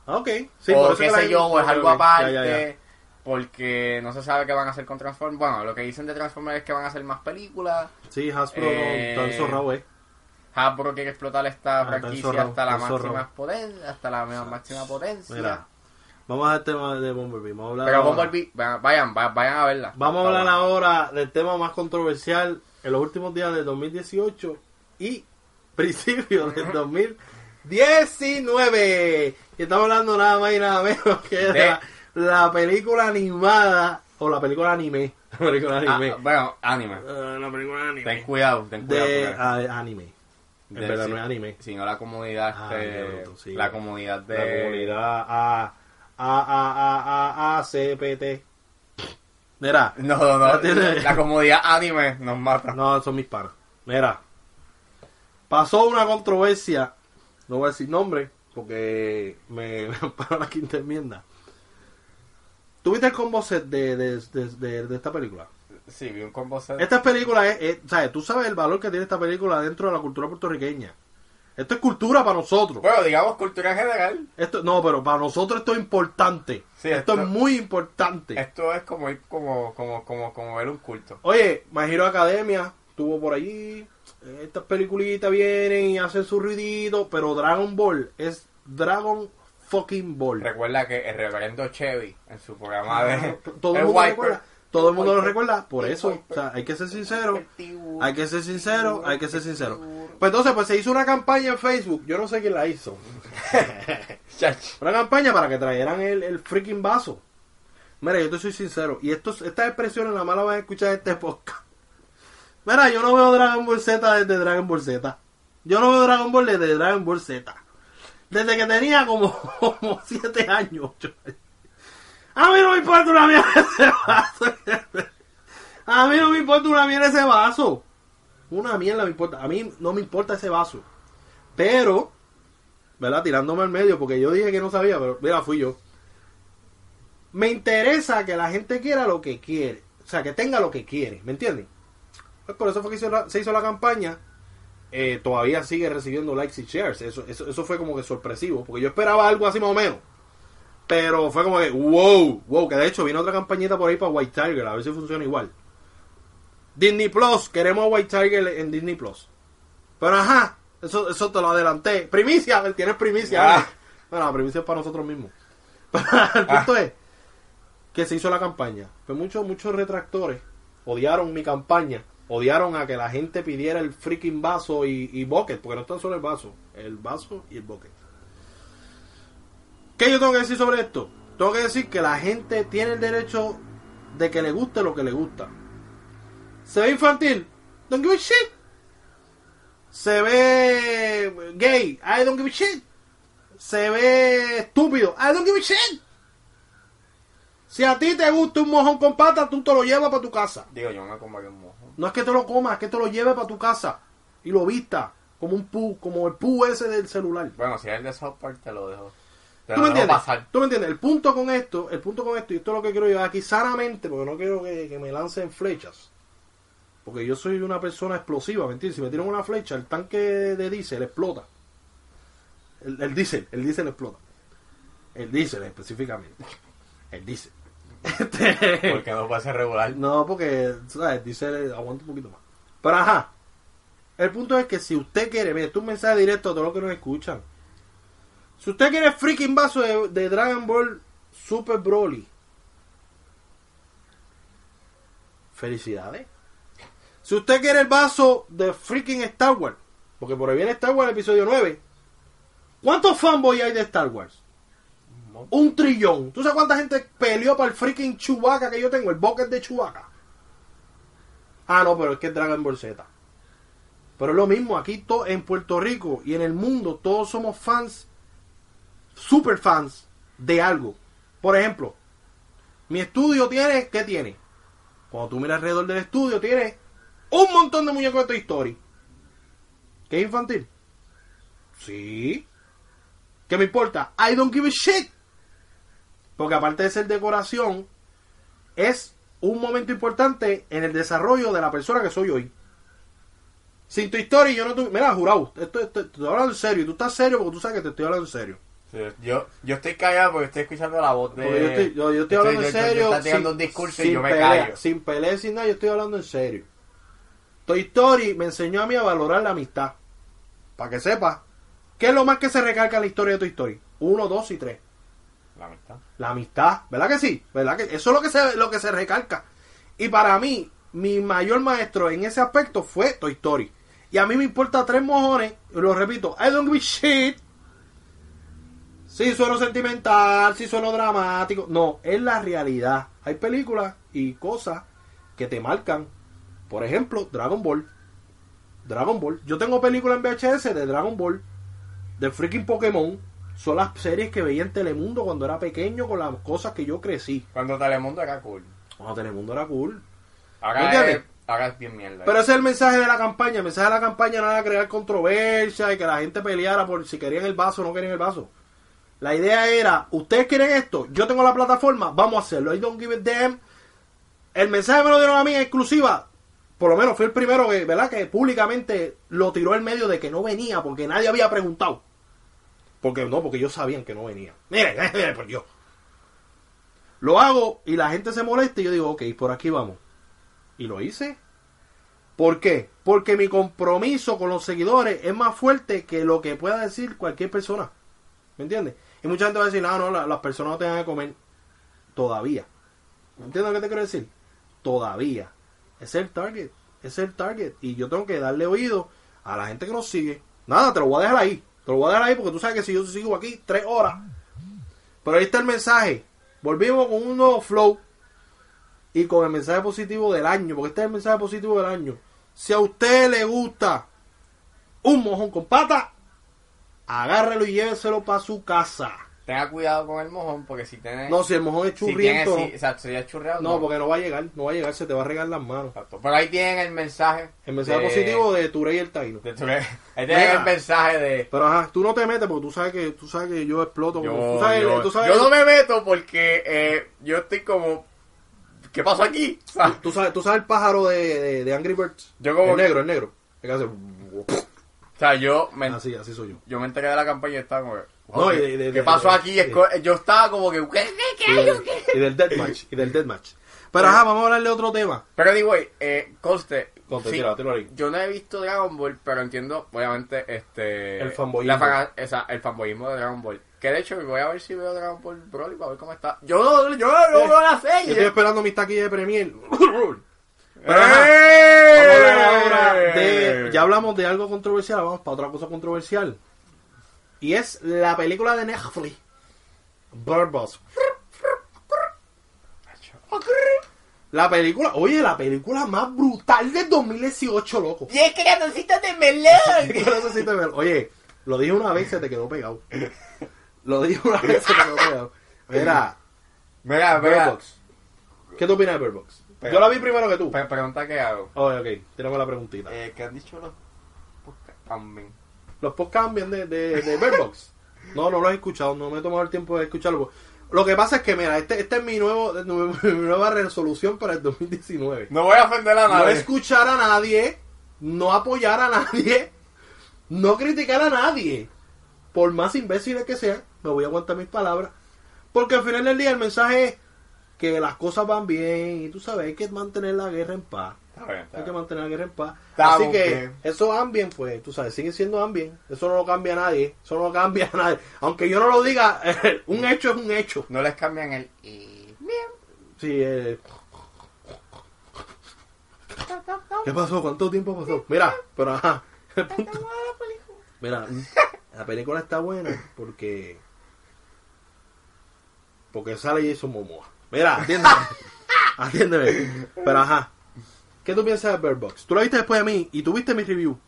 S1: Ah, ok. por
S2: o
S1: eso que
S2: qué
S1: la
S2: sé
S1: vi-
S2: yo, o es
S1: ok,
S2: algo
S1: ok.
S2: aparte.
S1: Ya, ya, ya.
S2: Porque no se sabe qué van a hacer con Transformers. Bueno, lo que dicen de Transformers es que van a hacer más películas.
S1: Sí, Hasbro
S2: Eh,
S1: no, tan zorrado, eh.
S2: Hasbro quiere explotar
S1: Ah,
S2: esta
S1: está
S2: franquicia
S1: encerrado,
S2: hasta la
S1: está encerrado.
S2: máxima potencia. Hasta la máxima potencia.
S1: Mira, vamos al tema de Bumblebee. Vamos a hablar
S2: Pero
S1: ahora.
S2: Bumblebee, va- vayan, va- vayan a verla.
S1: Vamos a
S2: Está
S1: hablar
S2: buena.
S1: ahora del tema más controversial en los últimos días del 2018 y principios del 2019. Y estamos hablando nada más y nada menos que de
S2: De-
S1: la, la película animada o la película anime. La película
S2: Ah,
S1: anime.
S2: bueno, anime.
S1: Eh, la película
S2: Ten
S1: anime.
S2: cuidado, ten cuidado.
S1: De
S2: porque-
S1: ah, anime. En
S2: de-
S1: verdad
S2: si-
S1: no es anime.
S2: Sino la comunidad,
S1: Ah,
S2: este,
S1: qué bruto, sí.
S2: la comunidad de...
S1: La comunidad A, A, A, A, A, A, C, P, T. Mira,
S2: No, no, no.
S1: La tiene-
S2: La comodidad anime nos mata.
S1: Este no, son mis panas. Mira, pasó una controversia, no voy a decir nombre, porque me, me amparó la quinta enmienda. ¿Tuviste el combo set de, de, de, de- de esta película?
S2: Sí, vi un combo set.
S1: Esta película es, es- ¿sabes? Tú sabes el valor que tiene esta película dentro de la cultura puertorriqueña. Esto es cultura para nosotros.
S2: Bueno, digamos cultura en general.
S1: Esto, no, pero para nosotros esto es importante.
S2: Sí,
S1: esto,
S2: esto-
S1: es muy importante.
S2: Esto es como ir como, como, como, como ver un culto.
S1: Oye, My Hero Academia estuvo por allí. Estas peliculitas vienen y hacen su ruidito, pero Dragon Ball es Dragon fucking Ball.
S2: Recuerda que el reverendo Chevy en su programa de.
S1: Todo el mundo lo
S2: Wiper.
S1: recuerda. Todo el mundo lo
S2: Wiper.
S1: recuerda. Por
S2: El
S1: eso,
S2: Wiper.
S1: o sea, hay que ser sincero.
S2: Tiburón.
S1: Hay que ser sincero, hay que ser sincero. Pues entonces, pues se hizo una campaña en Facebook. Yo no sé quién la hizo.
S2: Chach.
S1: Una campaña para que trajeran el, el freaking vaso. Mira, yo te soy sincero. Y estos, estas expresiones nada más las van a escuchar en este podcast. Mira, yo no veo Dragon Ball Z desde Dragon Ball Z. Yo no veo Dragon Ball desde Dragon Ball Z. Desde que tenía como, como siete años. ocho años. A mí no me importa una mierda ese vaso. A mí no me importa una mierda ese vaso. Una mierda me importa. A mí no me importa ese vaso. Pero ¿verdad? Tirándome al medio, porque yo dije que no sabía, pero mira, fui yo. Me interesa que la gente quiera lo que quiere, o sea, que tenga lo que quiere, ¿me entienden? Pues por eso fue que hizo la- se hizo la campaña. Eh, todavía sigue recibiendo likes y shares. Eso, eso, eso fue como que sorpresivo, porque yo esperaba algo así más o menos. Pero fue como que, wow, wow, que de hecho viene otra campañita por ahí para White Tiger, a ver si funciona igual. Disney Plus, queremos a White Tiger en Disney Plus. Pero ajá, eso, eso te lo adelanté. Primicia, él tiene primicia.
S2: Ah.
S1: Bueno, la primicia es para nosotros mismos. el punto es que se hizo la campaña. Pues muchos, muchos retractores odiaron mi campaña. Odiaron a que la gente pidiera el freaking vaso y, y bucket, porque no es tan solo el vaso, el vaso y el bucket. ¿Qué yo tengo que decir sobre esto? Tengo que decir que la gente tiene el derecho de que le guste lo que le gusta. Se ve infantil, don't give a shit. Se ve gay, I don't give a shit. Se ve estúpido, I don't give a shit. Si a ti te gusta un mojón con pata, tú te lo llevas para tu casa.
S2: Digo, yo me comparé un mojo.
S1: No es que te lo comas, es que te lo lleves para tu casa y lo vista como un pu, como el pu ese del celular.
S2: Bueno, si es el de South Park, te lo dejo. Te
S1: ¿Tú
S2: lo
S1: me
S2: dejo
S1: entiendes?
S2: pasar.
S1: ¿Tú me entiendes? El punto con esto, el punto con esto, y esto es lo que quiero llevar aquí sanamente, porque no quiero que, que me lancen flechas. Porque yo soy una persona explosiva, ¿me entiendes? Si me tiran una flecha, el tanque de diésel explota. El, el diésel, el diésel explota. El diésel específicamente. El diésel. Este-
S2: Porque no puede ser regular.
S1: no, porque, ¿sabes? Dice, aguanta un poquito más. Pero ajá. El punto es que si usted quiere, mire, esto es un mensaje directo a todos los que nos escuchan. Si usted quiere freaking vaso de, de Dragon Ball Super Broly, felicidades. Si usted quiere el vaso de freaking Star Wars, porque por ahí viene Star Wars episodio 9, ¿cuántos fanboys hay de Star Wars? Un trillón. ¿Tú sabes cuánta gente peleó para el freaking Chewbacca que yo tengo? El bucket de Chewbacca. Ah, no, pero es que es Dragon Ball Z. Pero es lo mismo, aquí to- en Puerto Rico y en el mundo todos somos fans, super fans de algo. Por ejemplo, mi estudio tiene, ¿qué tiene? Cuando tú miras alrededor del estudio, tiene un montón de muñecos de Toy Story. ¿Qué es infantil? Sí. ¿Qué me importa? I don't give a shit. Porque aparte de ser decoración, es un momento importante en el desarrollo de la persona que soy hoy. Sin tu historia, yo no tuve. Mira, jurado, esto, esto- te estoy hablando en serio. Y tú estás serio porque tú sabes que te estoy hablando en serio.
S2: Sí, Yo, yo estoy callado porque estoy escuchando la voz de.
S1: Porque yo estoy, yo- yo estoy hablando en
S2: yo- yo-
S1: serio.
S2: Yo, está tirando
S1: sin-
S2: un discurso
S1: sin
S2: y yo me
S1: pelea,
S2: callo.
S1: Sin pelea, sin nada, yo estoy hablando en serio. Toy Story me enseñó a mí a valorar la amistad. Para que sepas, ¿qué es lo más que se recalca en la historia de Toy Story? Uno, dos y tres.
S2: La amistad.
S1: La amistad, ¿verdad que sí? ¿Verdad que eso es lo que se lo que se recalca? Y para mí, mi mayor maestro en ese aspecto fue Toy Story. Y a mí me importa tres mojones, y lo repito, I don't give a shit. Si sueno sentimental, si sueno dramático, no, es la realidad. Hay películas y cosas que te marcan. Por ejemplo, Dragon Ball. Dragon Ball. Yo tengo películas en VHS de Dragon Ball de freaking Pokémon son las series que veía en Telemundo cuando era pequeño con las cosas que yo crecí.
S2: Cuando Telemundo era cool.
S1: Cuando Telemundo era cool.
S2: Ahora
S1: ¿Entiendes?
S2: es, ahora es bien mierda.
S1: Pero ese es el mensaje de la campaña. El mensaje de la campaña no era crear controversia y que la gente peleara por si querían el vaso o no querían el vaso. La idea era, ustedes quieren esto, yo tengo la plataforma, vamos a hacerlo. I don't give a damn. El mensaje me lo dieron a mí en exclusiva. Por lo menos fue el primero que, ¿verdad? Que públicamente lo tiró el medio de que no venía porque nadie había preguntado. Porque no, porque ellos sabían que no venía. Miren, miren, por Dios. Lo hago y la gente se molesta y yo digo, ok, por aquí vamos. Y lo hice. ¿Por qué? Porque mi compromiso con los seguidores es más fuerte que lo que pueda decir cualquier persona. ¿Me entiendes? Y mucha gente va a decir, "Ah, no, no, la- las personas no tengan que comer todavía. ¿Me entiendes lo que te quiero decir? Todavía. Es el target. Es el target. Y yo tengo que darle oído a la gente que nos sigue. Nada, te lo voy a dejar ahí. Te lo voy a dejar ahí porque tú sabes que si yo sigo aquí tres horas. Pero ahí está el mensaje. Volvimos con un nuevo flow y con el mensaje positivo del año, porque este es el mensaje positivo del año. Si a usted le gusta un mojón con pata, agárrelo y lléveselo para su casa.
S2: Tenga cuidado con el mojón, porque si tienes.
S1: No, si el mojón es
S2: si tienes.
S1: churriento.
S2: si- exacto, si es churreado.
S1: no, porque no va a llegar, no va a llegar, se te va a regar las manos.
S2: Exacto. Pero ahí tienen el mensaje.
S1: El mensaje
S2: de-
S1: positivo de Turey y el Taino.
S2: de tu- ahí tienen
S1: Mira.
S2: el mensaje de.
S1: Pero ajá, tú no te metes porque tú sabes que tú sabes que yo exploto.
S2: Yo,
S1: tú sabes,
S2: yo-
S1: tú sabes-
S2: yo no me meto porque eh, yo estoy como. ¿Qué pasó aquí? O sea,
S1: tú sabes- tú sabes el pájaro de, de- de Angry Birds.
S2: Yo como
S1: el
S2: que-
S1: negro, el negro. El que hace-
S2: o sea, yo me,
S1: Así, así soy yo.
S2: yo me enteré de la campaña y estaba como.
S1: Ah, No,
S2: "Wow,
S1: y
S2: ¿qué-
S1: de- de-
S2: ¿Qué
S1: de-
S2: pasó
S1: de-
S2: aquí? Es co- Yo estaba como que. ¿Qué, qué,
S1: Y
S2: qué,
S1: del,
S2: yo qué? Eh.
S1: y del deathmatch, y del deathmatch. Pero ajá, vamos a hablar de otro tema.
S2: Pero anyway, eh, conste.
S1: Conste,
S2: sí,
S1: tira, tira ahí.
S2: Yo no he visto Dragon Ball, pero entiendo, obviamente, este.
S1: El fanboyismo.
S2: la faga- esa- el fanboyismo de Dragon Ball. Que de hecho, voy a ver si veo Dragon Ball Broly para ver cómo está. Yo no, yo no veo la
S1: Yo estoy
S2: serie.
S1: esperando mis taquillas de Premier.
S2: ¡Eh!
S1: Pero ajá, Vamos a hablar ahora de- ya hablamos de algo controversial, vamos para otra cosa controversial. Y es la película de Netflix. Bird Box. La película, oye, la película más brutal del 2018, loco.
S2: ¡Diez creatoncitas de melón!
S1: Yo no sé si te veo. Oye, lo dije una vez, se te quedó pegado. Lo dije una vez, se te quedó pegado. Mira,
S2: Mira,
S1: Bird
S2: mira.
S1: Box. ¿Qué tú opinas de Bird Box?
S2: Espera.
S1: Yo la vi primero que tú.
S2: Pe- pregunta que hago.
S1: Oye, ok, tírame la preguntita.
S2: Eh, ¿Qué han dicho los podca- también?
S1: Los podcasts cambian de, de, de Bird Box. No, no los he escuchado, no me he tomado el tiempo de escucharlo. Lo que pasa es que, mira, este, este es mi, nuevo, mi nueva resolución para el 2019.
S2: No voy a ofender a
S1: No
S2: nadie.
S1: escuchar a nadie, no apoyar a nadie, no criticar a nadie. Por más imbéciles que sean, me voy a aguantar mis palabras. Porque al final del día el mensaje es que las cosas van bien y tú sabes, hay que mantener la guerra en paz.
S2: Está bien, está
S1: Hay que
S2: bien.
S1: mantener la guerra en paz.
S2: Está
S1: Así
S2: muy
S1: que
S2: bien.
S1: eso ambien, pues, tú sabes, sigue siendo ambien. Eso no lo cambia a nadie. Eso no lo cambia a nadie. Aunque yo no lo diga, un hecho es un hecho.
S2: No les cambian el. eh, y- Bien.
S1: Sí, eh,
S2: Ta, ta, ta.
S1: ¿Qué pasó? ¿Cuánto tiempo pasó? Mira, pero ajá. El punto-
S2: Ta, ta, la película.
S1: Mira, la película está buena porque. Porque sale Jason Momoa. Mira, atiéndeme. atiéndeme. Pero ajá. ¿Qué tú piensas de Bird Box? Tú la viste después de mí y tú viste mi review.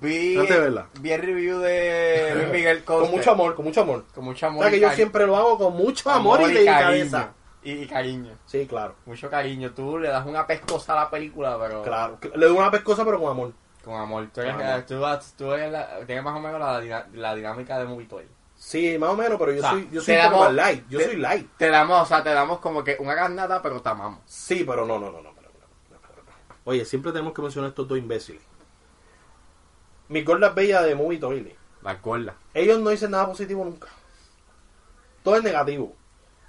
S2: Vi,
S1: Trate de verla.
S2: vi el review de Luis Miguel
S1: Con
S2: Costa.
S1: mucho amor, con mucho amor.
S2: Con mucho
S1: O
S2: amor.
S1: sea que
S2: y
S1: yo
S2: cari-
S1: siempre lo hago con mucho amor, y delicadeza.
S2: cariño. Y, y cariño.
S1: Sí, claro.
S2: Mucho cariño. Tú le das una pescosa a la película, pero
S1: Claro. Le doy una pescosa, pero con amor.
S2: con amor. Tú eres,
S1: Con amor.
S2: tú vas- tú eres la- tienes más o menos la, dina- la dinámica de Movie Toy.
S1: Sí, más o menos, pero yo
S2: O sea,
S1: soy, yo
S2: te
S1: soy un poco
S2: damos-
S1: más light. Yo
S2: te-
S1: soy light.
S2: Te damos, o sea, te damos como que una garnata, pero te amamos.
S1: Sí, pero no, no, no, no. pero- pero- pero- pero- Oye, siempre tenemos que mencionar estos dos imbéciles. Mis gordas bellas de Movie Toilet.
S2: La gorda.
S1: Ellos no dicen nada positivo nunca. Todo es negativo.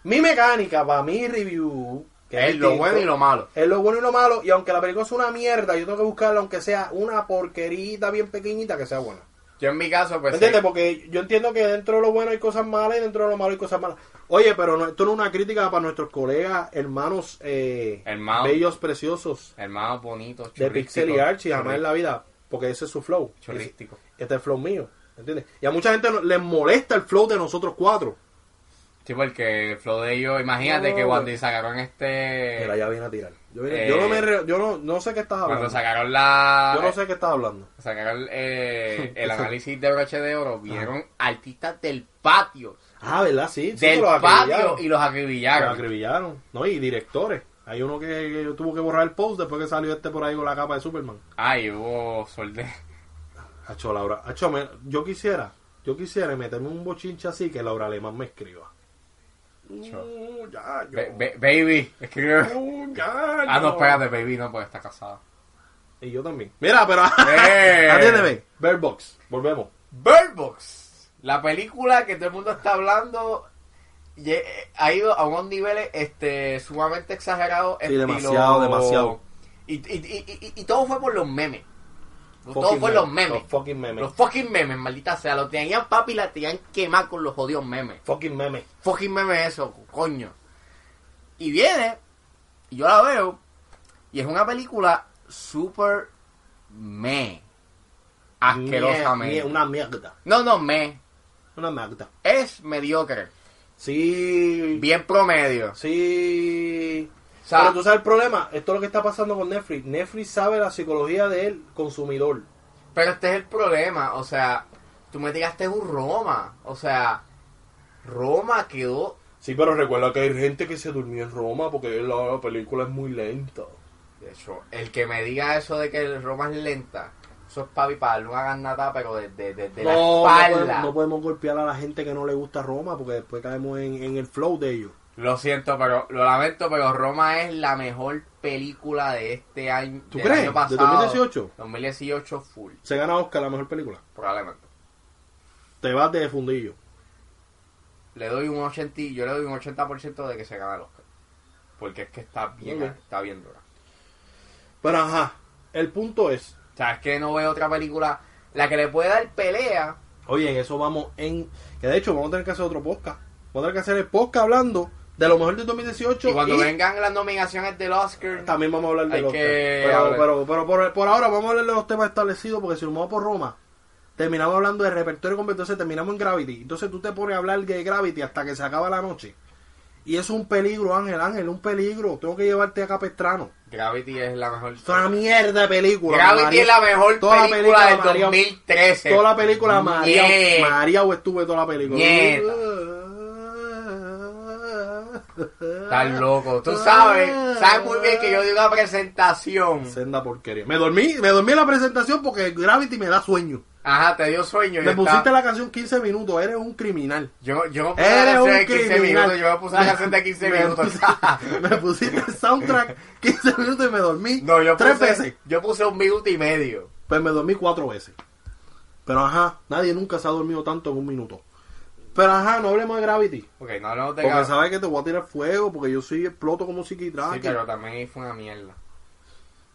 S1: Mi mecánica para mi review. que
S2: Es lo
S1: distinto,
S2: bueno y lo malo.
S1: Es lo bueno y lo malo. Y aunque la película es una mierda, yo tengo que buscarla, aunque sea una porquerita bien pequeñita, que sea buena.
S2: Yo en mi caso, pues.
S1: ¿Me entiendes?
S2: sí.
S1: Porque yo entiendo que dentro de lo bueno hay cosas malas y dentro de lo malo hay cosas malas. Oye, pero no- esto no es una crítica para nuestros colegas, hermanos, eh,
S2: Hermano.
S1: bellos, preciosos,
S2: Hermanos bonitos,
S1: de Pixel y Archie, jamás en la vida, porque ese es su flow.
S2: Churrístico.
S1: Este es el flow mío, ¿me ¿entiendes? Y a mucha gente no- les molesta el flow de nosotros cuatro.
S2: Sí, porque el flow de ellos, imagínate
S1: No,
S2: que cuando
S1: güey.
S2: sacaron este.
S1: Mira, ya viene a tirar. Yo, vine-
S2: eh,
S1: yo no me re- yo no, no sé qué estás
S2: Cuando
S1: hablando.
S2: sacaron la.
S1: Yo no sé qué estás hablando.
S2: Sacaron eh, el análisis de broche de oro. Vieron artistas del patio.
S1: Ah, ¿verdad? Sí, sí, que
S2: del
S1: los
S2: patio
S1: acribillaron.
S2: y los
S1: Los
S2: acribillaron.
S1: acribillaron. No, y directores. Hay uno que, que tuvo que borrar el post después que salió este por ahí con la capa de Superman.
S2: Ay, hubo suerte.
S1: Hacho, Laura, hacho, me- yo quisiera, yo quisiera meterme un bochinche así que Laura Alemán me escriba.
S2: Hacho.
S1: Uh, ya, yo.
S2: Ba- ba- baby, escribe.
S1: Uh, ya,
S2: Ah, no,
S1: yo.
S2: espérate, baby, no, porque está casada.
S1: Y yo también. Mira, pero
S2: ¡Eh!
S1: atiéndeme. Bird Box, volvemos.
S2: Bird Box, la película que todo el mundo está hablando, ye- eh, ha ido a unos niveles este, sumamente exagerados.
S1: Sí, demasiado, demasiado.
S2: Y, y- y- y- y todo fue por los memes. todo
S1: Fucking
S2: fue
S1: memes,
S2: los memes.
S1: Los fucking memes.
S2: Los fucking memes, maldita sea. Los tenían papi y la tenían quemar con los jodidos memes.
S1: fucking memes.
S2: Fucking memes eso, coño. Y viene, y yo la veo, y es una película super me. Asquerosamente.
S1: Mie- mie- Una mierda.
S2: No, no, me.
S1: Una mierda.
S2: Es mediocre.
S1: Sí.
S2: Bien promedio.
S1: Sí.
S2: O sea,
S1: pero tú sabes el problema. Esto es lo que está pasando con Netflix. Netflix sabe la psicología del consumidor.
S2: Pero este es el problema, o sea, tú me tiraste un Roma, o sea, Roma quedó
S1: Sí, pero recuerda que hay gente que se durmió en Roma porque la, la película es muy lenta.
S2: De hecho, el que me diga eso de que el Roma es lenta, eso es papi para no hagan nada, pero desde de, de
S1: no,
S2: la
S1: no
S2: espalda.
S1: podemos, no podemos golpear a la gente que no le gusta Roma porque después caemos en, en el flow de ellos.
S2: Lo siento, pero lo lamento, pero Roma es la mejor película de este año.
S1: ¿Tú
S2: del
S1: crees?
S2: año
S1: ¿De
S2: pasado.
S1: 2018?
S2: 2018 full,
S1: Se gana Oscar la mejor película.
S2: probablemente.
S1: Te vas de fundillo.
S2: Le doy un 80, y- yo le doy un 80% de que se gana el Oscar. Porque es que está bien,
S1: Ok.
S2: está bien dura.
S1: Pero ajá, el punto es,
S2: O sea, es que no veo otra película la que le puede dar pelea.
S1: oye, en eso vamos en... Que de hecho vamos a tener que hacer otro podcast. Vamos a tener que hacer el podcast hablando de lo mejor de 2018.
S2: Y cuando
S1: y
S2: vengan las nominaciones del Oscar,
S1: También vamos a hablar de
S2: Hay
S1: los
S2: que
S1: Pero,
S2: hablar.
S1: pero, pero por, por ahora vamos a hablar de los temas establecidos porque si nos vamos por Roma, terminamos hablando de repertorio completo, entonces terminamos en Gravity. Entonces tú te pones a hablar de Gravity hasta que se acaba la noche. Y eso es un peligro, Ángel, Ángel, un peligro. Tengo que llevarte a Capestrano.
S2: Gravity es la mejor.
S1: Es una mierda de película.
S2: Gravity
S1: María.
S2: es la mejor
S1: Toda la
S2: película,
S1: película
S2: del
S1: María-
S2: 2013.
S1: Toda la película María,
S2: Mierda.
S1: María o estuve toda la película.
S2: Mierda. Estás loco. Tú
S1: Ah.
S2: sabes, sabes muy bien que yo di una presentación.
S1: Senda porquería. Me dormí, me dormí en la presentación porque Gravity me da sueño.
S2: Ajá, te dio sueño.
S1: Me
S2: yo
S1: pusiste
S2: estaba-
S1: la canción 15 minutos, eres un criminal.
S2: Yo, yo me puse la
S1: Eres
S2: canción
S1: un
S2: de 15
S1: criminal.
S2: minutos. Yo me puse la canción de 15
S1: Me
S2: minutos.
S1: pusiste- me pusiste el soundtrack 15 minutos y me dormí
S2: no, yo puse,
S1: tres veces.
S2: Yo puse un minuto y medio.
S1: Pues me dormí cuatro veces. Pero ajá, nadie nunca se ha dormido tanto en un minuto. Pero ajá, no hablemos de Gravity.
S2: Ok, no, no te
S1: Porque sabes que te voy a tirar fuego, porque yo soy exploto como psiquiatra.
S2: Sí, pero también ahí fue una mierda.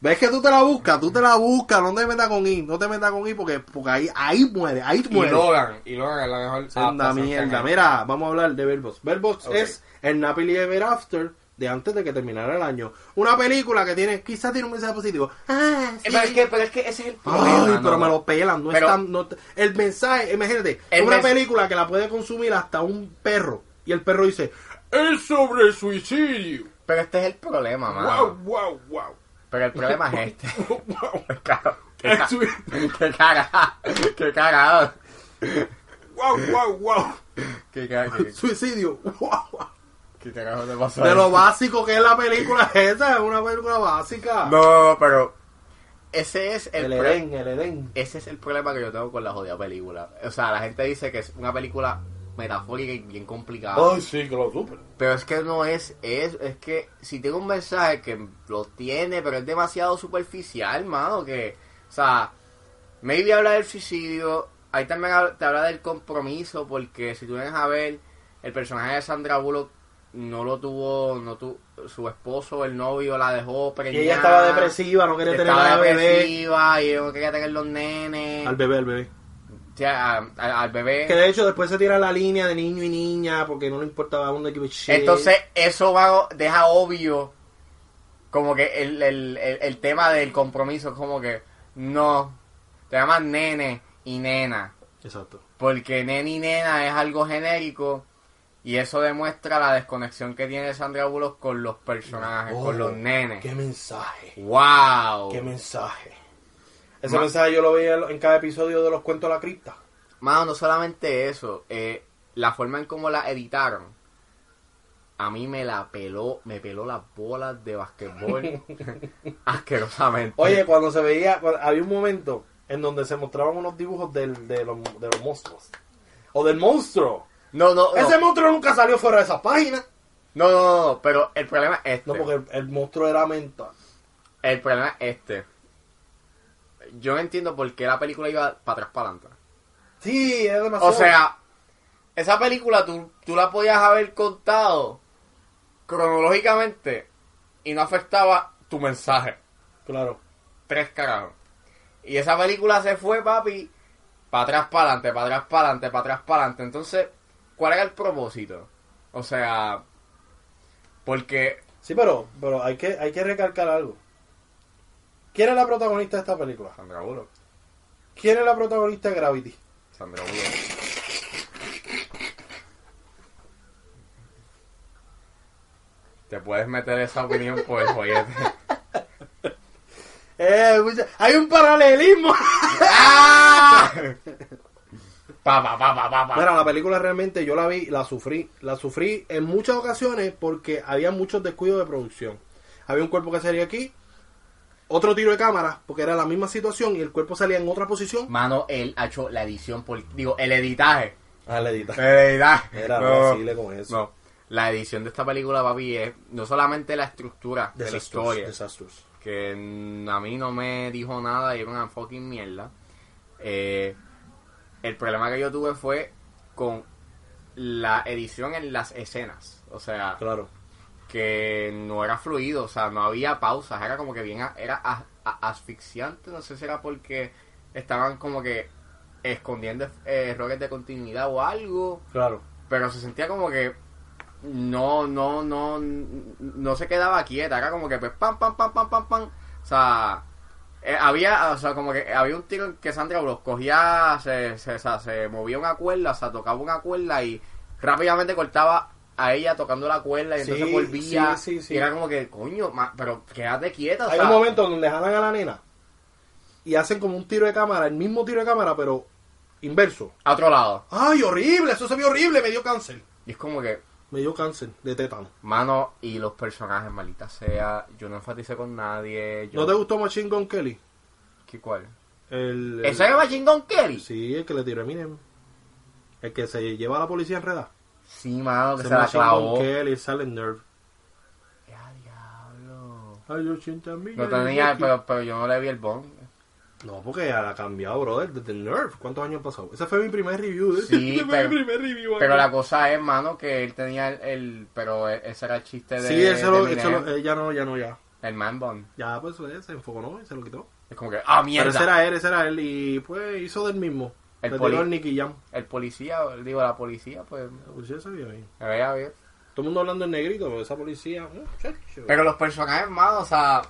S1: Ves que tú te la buscas, tú te la buscas, no te metas con I, no te metas con I porque, porque ahí, ahí muere, ahí
S2: Y
S1: muere.
S2: Logan, y Logan es la mejor.
S1: Anda
S2: adaptación que han
S1: mierda.
S2: hecho.
S1: Mira, vamos a hablar de Verbox. Verbox
S2: Ok.
S1: es el Napoli Ever After de antes de que terminara el año. Una película que tiene, quizás tiene un mensaje positivo. Ah, sí.
S2: Eh, Pero es, que, pero es que ese es el problema.
S1: Ay, pero
S2: ¿no?
S1: me lo pelan, no es
S2: Pero-
S1: tan- no te- el mensaje, imagínate,
S2: El
S1: es una
S2: mens-
S1: película que la puede consumir hasta un perro. Y el perro dice, es sobre suicidio.
S2: Pero este es el problema, mano.
S1: Wow, wow, wow.
S2: Pero el problema es este.
S1: wow.
S2: qué, ca- qué cagado. Qué cagado.
S1: Wow, wow, wow.
S2: Qué cagado. Qué,
S1: Suicidio. Wow, wow.
S2: qué carajo te pasó.
S1: De
S2: ahí?
S1: lo básico que es la película esa, es una película básica.
S2: No, pero. Ese es el,
S1: el
S2: pro-
S1: Edén, el Edén.
S2: Ese es el problema que yo tengo con la jodida película. O sea, la gente dice que es una película metafórica y bien complicada.
S1: sí, que lo supe.
S2: Pero es que no es, es, es que si tengo un mensaje que lo tiene, pero es demasiado superficial, mano, que, o sea, maybe habla del suicidio, ahí también hab- te habla del compromiso, porque si tú vienes a ver, el personaje de Sandra Bullock no lo tuvo, no tu, su esposo, el novio, la dejó
S1: Y
S2: preñada.
S1: ella estaba depresiva, no quería tener
S2: estaba
S1: a bebé.
S2: depresiva, y ella no quería tener los nenes,
S1: Al bebé, al bebé.
S2: o sea, a- a- al bebé.
S1: Que de hecho después se tira la línea de niño y niña porque no le importaba uno que
S2: Entonces, eso va, deja obvio como que el, el, el, el tema del compromiso es como que no, te llaman nene y nena,
S1: Exacto.
S2: porque nene y nena es algo genérico y eso demuestra la desconexión que tiene Sandra Bullock con los personajes,
S1: Oh,
S2: con los nenes.
S1: Qué mensaje,
S2: ¡Wow!
S1: qué mensaje. Ese
S2: Ma-
S1: mensaje yo lo veía en cada episodio de los cuentos de la cripta.
S2: Mano, no solamente eso, eh, la forma en cómo la editaron, a mí me la peló, me peló las bolas de basquetbol asquerosamente.
S1: Oye, cuando se veía, cuando- había un momento en donde se mostraban unos dibujos del- de, los, de los monstruos. O del monstruo.
S2: no, no, no,
S1: Ese monstruo nunca salió fuera de esa página.
S2: no, no, no, no, pero el problema es este.
S1: No, porque el, el monstruo era mental.
S2: El problema es este. Yo no entiendo por qué la película iba para atrás para adelante.
S1: Sí, es demasiado.
S2: O sea, esa película tú, tú la podías haber contado cronológicamente y no afectaba tu mensaje.
S1: Claro.
S2: tres carajos. Y esa película se fue, papi, para atrás, para adelante, para atrás, para adelante, para atrás, para adelante. Entonces, ¿cuál era el propósito? O sea, porque
S1: Sí, pero, pero hay, que, hay que recalcar algo. ¿Quién es la protagonista de esta película?
S2: Sandra Bullock,
S1: ¿Quién es la protagonista de Gravity?
S2: Sandra Bullock. Te puedes meter esa opinión por el joyete.
S1: Eh, mucha- hay un paralelismo.
S2: ¡Ah! Pa, pa, pa, pa, pa, pa.
S1: Mira, la película realmente yo la vi, la sufrí. La sufrí en muchas ocasiones porque había muchos descuidos de producción. Había un cuerpo que salía aquí, otro tiro de cámara, porque era la misma situación y el cuerpo salía en otra posición.
S2: Mano, él ha hecho la edición, por, digo, el editaje.
S1: Ah, la edita.
S2: El editaje.
S1: Era
S2: No,
S1: Brasil con eso.
S2: no. La edición de esta película, papi, es no solamente la estructura de la
S1: Desastrous,
S2: historia,
S1: desastrous.
S2: que mm, a mí no me dijo nada y era una fucking mierda. Eh, el problema que yo tuve fue con la edición en las escenas. O sea,
S1: Claro.
S2: que no era fluido, o sea, no había pausas, era como que bien, a- era a- a- asfixiante, no sé si era porque estaban como que escondiendo eh, errores de continuidad o algo,
S1: Claro.
S2: pero se sentía como que no, no, no, no se quedaba quieta, era como que pues pam, pam, pam, pam, pam, pam, o sea, eh, había, o sea, como que había un tiro en que Sandra Bullock cogía, se, se, o sea, se movía una cuerda, o sea, tocaba una cuerda y rápidamente cortaba a ella tocando la cuerda y
S1: Sí,
S2: entonces volvía
S1: sí, sí, sí.
S2: y era como que, coño, ma- pero quédate quieta, o
S1: Hay
S2: sea,
S1: un momento donde jalan a la nena y hacen como un tiro de cámara, el mismo tiro de cámara, pero inverso.
S2: a otro lado.
S1: ¡Ay, horrible! Eso se vio horrible, me dio cáncer.
S2: Y es como que,
S1: Me dio cáncer de tétano.
S2: mano, y los personajes, malita sea, yo no enfaticé con nadie, yo...
S1: ¿No te gustó Machine Gun Kelly?
S2: ¿Qué cuál?
S1: El,
S2: ¿Ese es Machine Gun Kelly?
S1: Sí, el que le tiró a Eminem. El que se lleva a la policía enredada.
S2: Sí, mano, que
S1: Ese
S2: se la
S1: Machine Gun
S2: clavó.
S1: Kelly, Silent Nerve.
S2: Ya, diablo.
S1: Ay, 80 mil.
S2: No tenía, pero, pero yo no le vi el bond.
S1: No, porque ya la ha cambiado, brother, desde el Nerve. ¿Cuántos años han pasado? Ese fue mi primer review. de-
S2: Sí,
S1: Ese fue
S2: pero-
S1: mi primer review.
S2: Pero
S1: acá.
S2: la cosa es, mano, que él tenía el, el- pero e- ese era el chiste de,
S1: Sí, ese lo,
S2: de
S1: ese lo-
S2: Eminem,
S1: eh, ya no, ya no, ya.
S2: el man bond.
S1: Ya, pues eh, se enfocó, ¿no? Y se lo quitó.
S2: Es como que, ah,
S1: Pero ese
S2: mierda.
S1: era él, ese era él. Y pues hizo del mismo.
S2: El
S1: El
S2: poli-
S1: tiró el Nicky Jam.
S2: El policía, digo, la policía, pues,
S1: La policía sabía bien.
S2: me veía bien.
S1: Todo el mundo hablando en negrito, pero esa policía. muchacho.
S2: Pero los personajes, mano, o sea,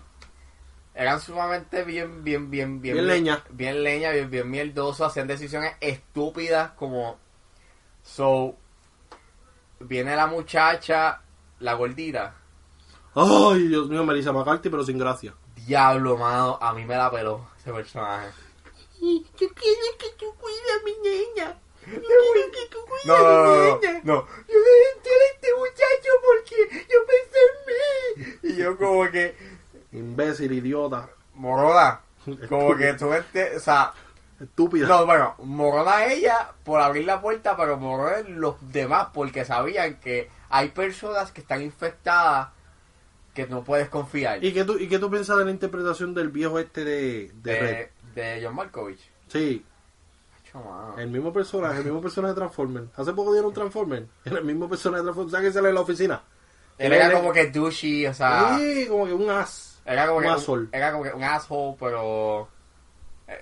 S2: eran sumamente bien, bien, bien, bien.
S1: Bien leña.
S2: Bien leña, bien, bien mierdoso, hacían decisiones estúpidas como... So, viene la muchacha, la gordita.
S1: Ay, Dios mío, Melissa McCarthy, pero sin gracia.
S2: Diablo, mano, a mí me la peló ese personaje.
S3: Yo quiero que tú cuides a mi niña. Yo quiero que tú cuides
S2: No,
S3: a
S2: no,
S3: mi
S2: no, no,
S3: niña.
S2: no. Yo dejé a este muchacho porque yo pensé en mí. Y yo como que,
S1: Imbécil, idiota,
S2: morona, como que tú este, o sea,
S1: estúpida.
S2: No, bueno, morona ella por abrir la puerta, pero morona los demás porque sabían que hay personas que están infectadas que no puedes confiar.
S1: ¿Y qué, tú, ¿Y qué tú piensas de la interpretación del viejo este de, de Eh, Red?
S2: de, de John Malkovich.
S1: Sí,
S2: Hacho, mano.
S1: el mismo personaje, el mismo personaje de Transformers. Hace poco dieron Transformers. Era el mismo personaje de Transformers. ¿Sabes que sale en la oficina?
S2: Él era como que douchey, o sea,
S1: Sí, como que un as.
S2: era como
S1: un
S2: que
S1: asshole.
S2: era como que un asshole, pero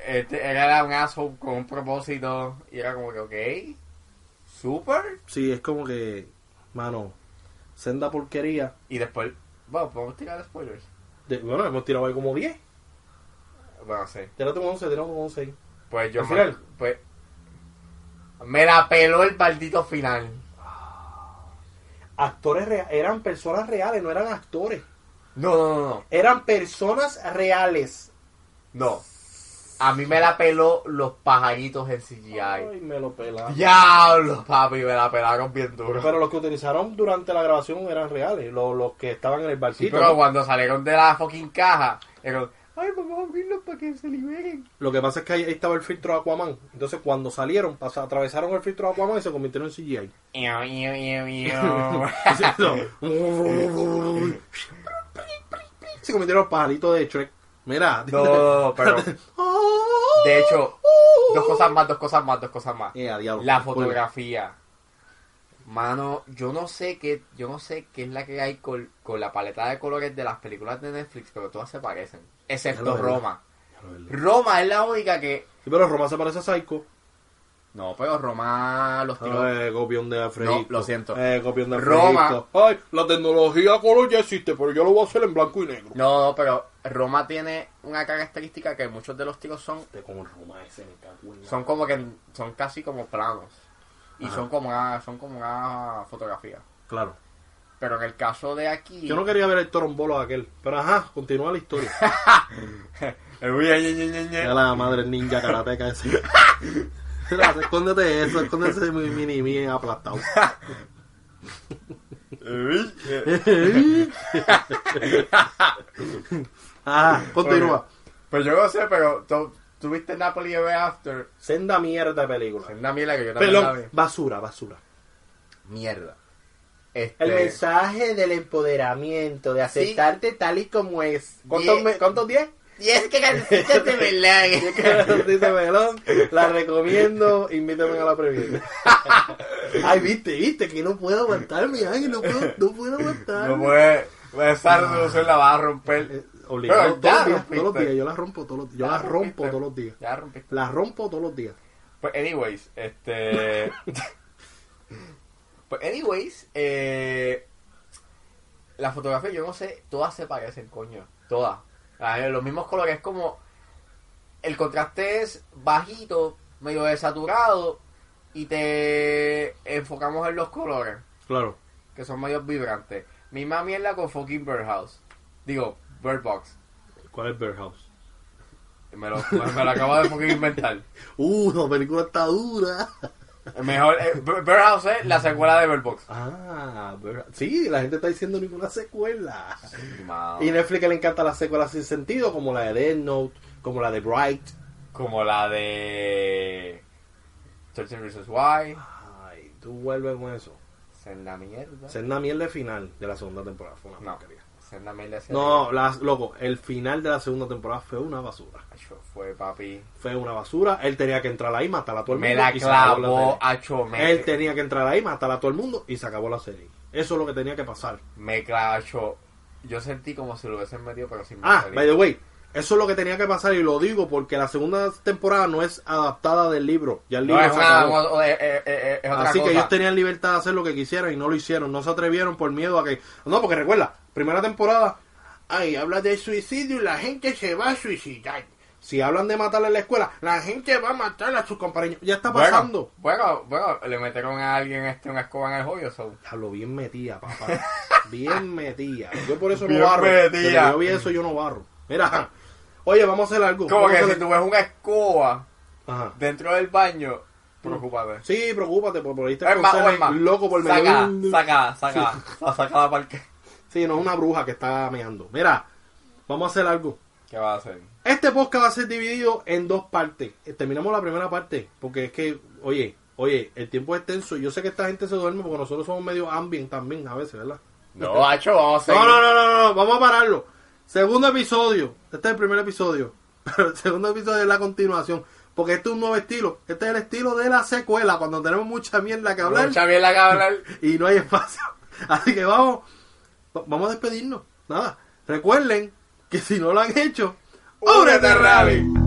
S2: este, él era un asshole con un propósito y era como que, ok, super.
S1: Sí, es como que, mano, senda porquería.
S2: Y después, bueno, podemos tirar spoilers.
S1: De- bueno, hemos tirado ahí como 10.
S2: Bueno, sí.
S1: Ya no tengo 11, tenemos 11 ahí.
S2: Pues yo
S1: ¿El
S2: me,
S1: final?
S2: pues me la peló el maldito final.
S1: Actores rea- eran personas reales, no eran actores.
S2: No, no, no, no.
S1: Eran personas reales.
S2: No. A mí me la peló los pajaritos en CGI.
S1: Ay, me lo pelaron.
S2: Diablo, papi, me la pelaron bien duro.
S1: Pero los que utilizaron durante la grabación eran reales, los, los que estaban en el
S2: Sí,
S1: barquito.
S2: pero cuando salieron de la fucking caja, dijeron, ay, vamos a abrirlos para que se liberen.
S1: Lo que pasa es que ahí ahí estaba el filtro de Aquaman. Entonces cuando salieron, pasa- atravesaron el filtro de Aquaman y se convirtieron en CGI.
S2: Iu, iu, iu, iu.
S1: Así, no. se convirtieron en pajaritos de Shrek. Mira.
S2: no, no, no, pero de hecho, dos cosas más, dos cosas más, dos cosas más.
S1: Eh, a diablo.
S2: La fotografía. Mano, yo no sé qué, yo no sé qué es la que hay con, con la paleta de colores de las películas de Netflix, pero todas se parecen.
S1: Ya
S2: Excepto
S1: lo veo.
S2: Roma.
S1: Sí,
S2: Roma es la única que.
S1: pero Roma se parece a Psycho.
S2: No, pero Roma los tiró.
S1: Eh, copión de Alfredito.
S2: No, lo siento.
S1: Eh, copión de
S2: Roma.
S1: Alfredito. Ay, la tecnología color ya existe, pero yo lo voy a hacer en blanco y negro.
S2: No, no, pero Roma tiene una característica que muchos de los tiros son,
S1: Este con Roma ese me cago en la-
S2: son como que son casi como planos. Y
S1: Ajá.
S2: son como una, son como una fotografía.
S1: Claro.
S2: Pero en el caso de aquí.
S1: Yo no quería ver el torombolo aquel. Pero ajá, continúa la historia.
S2: Eh, uy, ñe, ñe, ñe, ñe.
S1: Ya la madre ninja karateca ese. Tras, escóndete eso, escóndete ese mi- mini mí aplastado.
S2: eh,
S1: Ah, continúa.
S2: Pues yo no sé, pero tú- tuviste Napoli Ever After.
S1: Senda mierda de película.
S2: Es una mierda que yo también la vi.
S1: Perdón, basura, basura.
S2: Mierda. Este,
S3: El mensaje del empoderamiento, de aceptarte tal y como es.
S2: ¿Cuántos me-
S1: ¿Cuántos 10?
S2: Y es que canciones de verdad.
S1: Dice Melón, la recomiendo, invítame a la previa. Ay, viste, viste, que no puedo aguantarme, ay, no puedo, no puedo aguantarme.
S2: No puede. Esa
S3: Ah.
S2: resolución la vas a romper.
S1: Eh, obligado,
S2: Pero ya
S1: todos, los días,
S2: rompiste.
S1: todos los días, yo la rompo todos los días, yo
S2: Ya
S1: la rompo
S2: rompiste.
S1: todos los días,
S2: Ya rompiste.
S1: la rompo todos los días.
S2: Pues, anyways, este. pues, anyways, eh. La fotografía, yo no sé, todas se parecen, coño. Todas. Ah, eh, Los mismos colores, es como. El contraste es bajito, medio desaturado, y te enfocamos en los colores,
S1: Claro.
S2: que son medio vibrantes. Misma mierda con fucking Bird House. Digo, Bird Box.
S1: ¿Cuál es Bear House?
S2: Me lo, me, me lo acabo de fucking inventar.
S1: Uh, la película está dura.
S2: Mejor, eh, Bird House es la secuela de Bird Box.
S1: Ah, Bear- sí, la gente está diciendo ninguna secuela.
S2: Mao.
S1: Y Netflix le encanta las secuelas sin sentido, como la de Death Note, como la de Bright.
S2: Como la de 13 Reasons Why.
S1: Ay, tú vuelves con eso.
S2: Senda mierda.
S1: Es una mierda el final de la segunda temporada. Fue una
S2: No,
S1: porquería.
S2: senda mierda. ese
S1: No, las, loco, el final de la segunda temporada fue una basura.
S2: Acho, fue papi.
S1: Fue una basura. Él tenía que entrar ahí, matar a todo el
S2: Me
S1: mundo.
S2: la
S1: y se acabó
S2: clavó,
S1: serie.
S2: acho,
S1: Él
S2: me,
S1: tenía que entrar ahí, matar a todo el mundo y se acabó la serie. Eso es lo que tenía que pasar.
S2: me clavó, acho. Yo sentí como si lo hubiesen metido, pero sin
S1: Ah,
S2: meter.
S1: by the way, eso es lo que tenía que pasar y lo digo porque la segunda temporada no es adaptada del libro. Ya el
S2: No,
S1: libro
S2: es,
S1: se
S2: una-
S1: acabó.
S2: o- o- eh, eh, eh, es otra
S1: Así
S2: cosa.
S1: que ellos tenían libertad de hacer lo que quisieran y no lo hicieron. No se atrevieron por miedo a que. No, porque recuerda, primera temporada,
S3: Ay, habla de suicidio y la gente se va a suicidar.
S1: si hablan de matarle en la escuela, la gente va a matar a sus compañeros. Ya está
S2: Bueno,
S1: pasando.
S2: Bueno, bueno, le metieron a alguien este una escoba en el hoyo, so.
S1: Hablo bien metía, papá. Bien metía. Yo por eso no
S2: Bien
S1: barro.
S2: metía.
S1: Desde que yo vi eso, yo no barro. Mira, oye, vamos a hacer algo.
S2: Como
S1: Vamos a
S2: que
S1: hacer-
S2: si tú ves una escoba
S1: Ajá.
S2: dentro del baño, preocúpate.
S1: Sí, preocúpate, pues, por por ahí está
S2: Es
S1: el
S2: más,
S1: conserje
S2: es más.
S1: loco por medio.
S2: Sácala, sácala, sácala. Sa- sácala para el que.
S1: Sí, no es una bruja que está meando. Mira, vamos a hacer algo.
S2: ¿Qué va a hacer?
S1: Este podcast va a ser dividido en dos partes. Eh, Terminamos la primera parte, porque es que, oye, oye, el tiempo es tenso. Yo sé que esta gente se duerme porque nosotros somos medio ambient también a veces, ¿verdad?
S2: No, hacho, vamos a seguir.
S1: No, no, no, no, no, vamos a pararlo. Segundo episodio. Este es el primer episodio. Pero el segundo episodio es la continuación. Porque este es un nuevo estilo. Este es el estilo de la secuela, cuando tenemos mucha mierda que hablar
S2: Mucha mierda que hablar.
S1: y no hay espacio. Así que vamos, va- vamos a despedirnos. Nada, recuerden que si no lo han hecho,
S2: ¡Únete, Rabbit!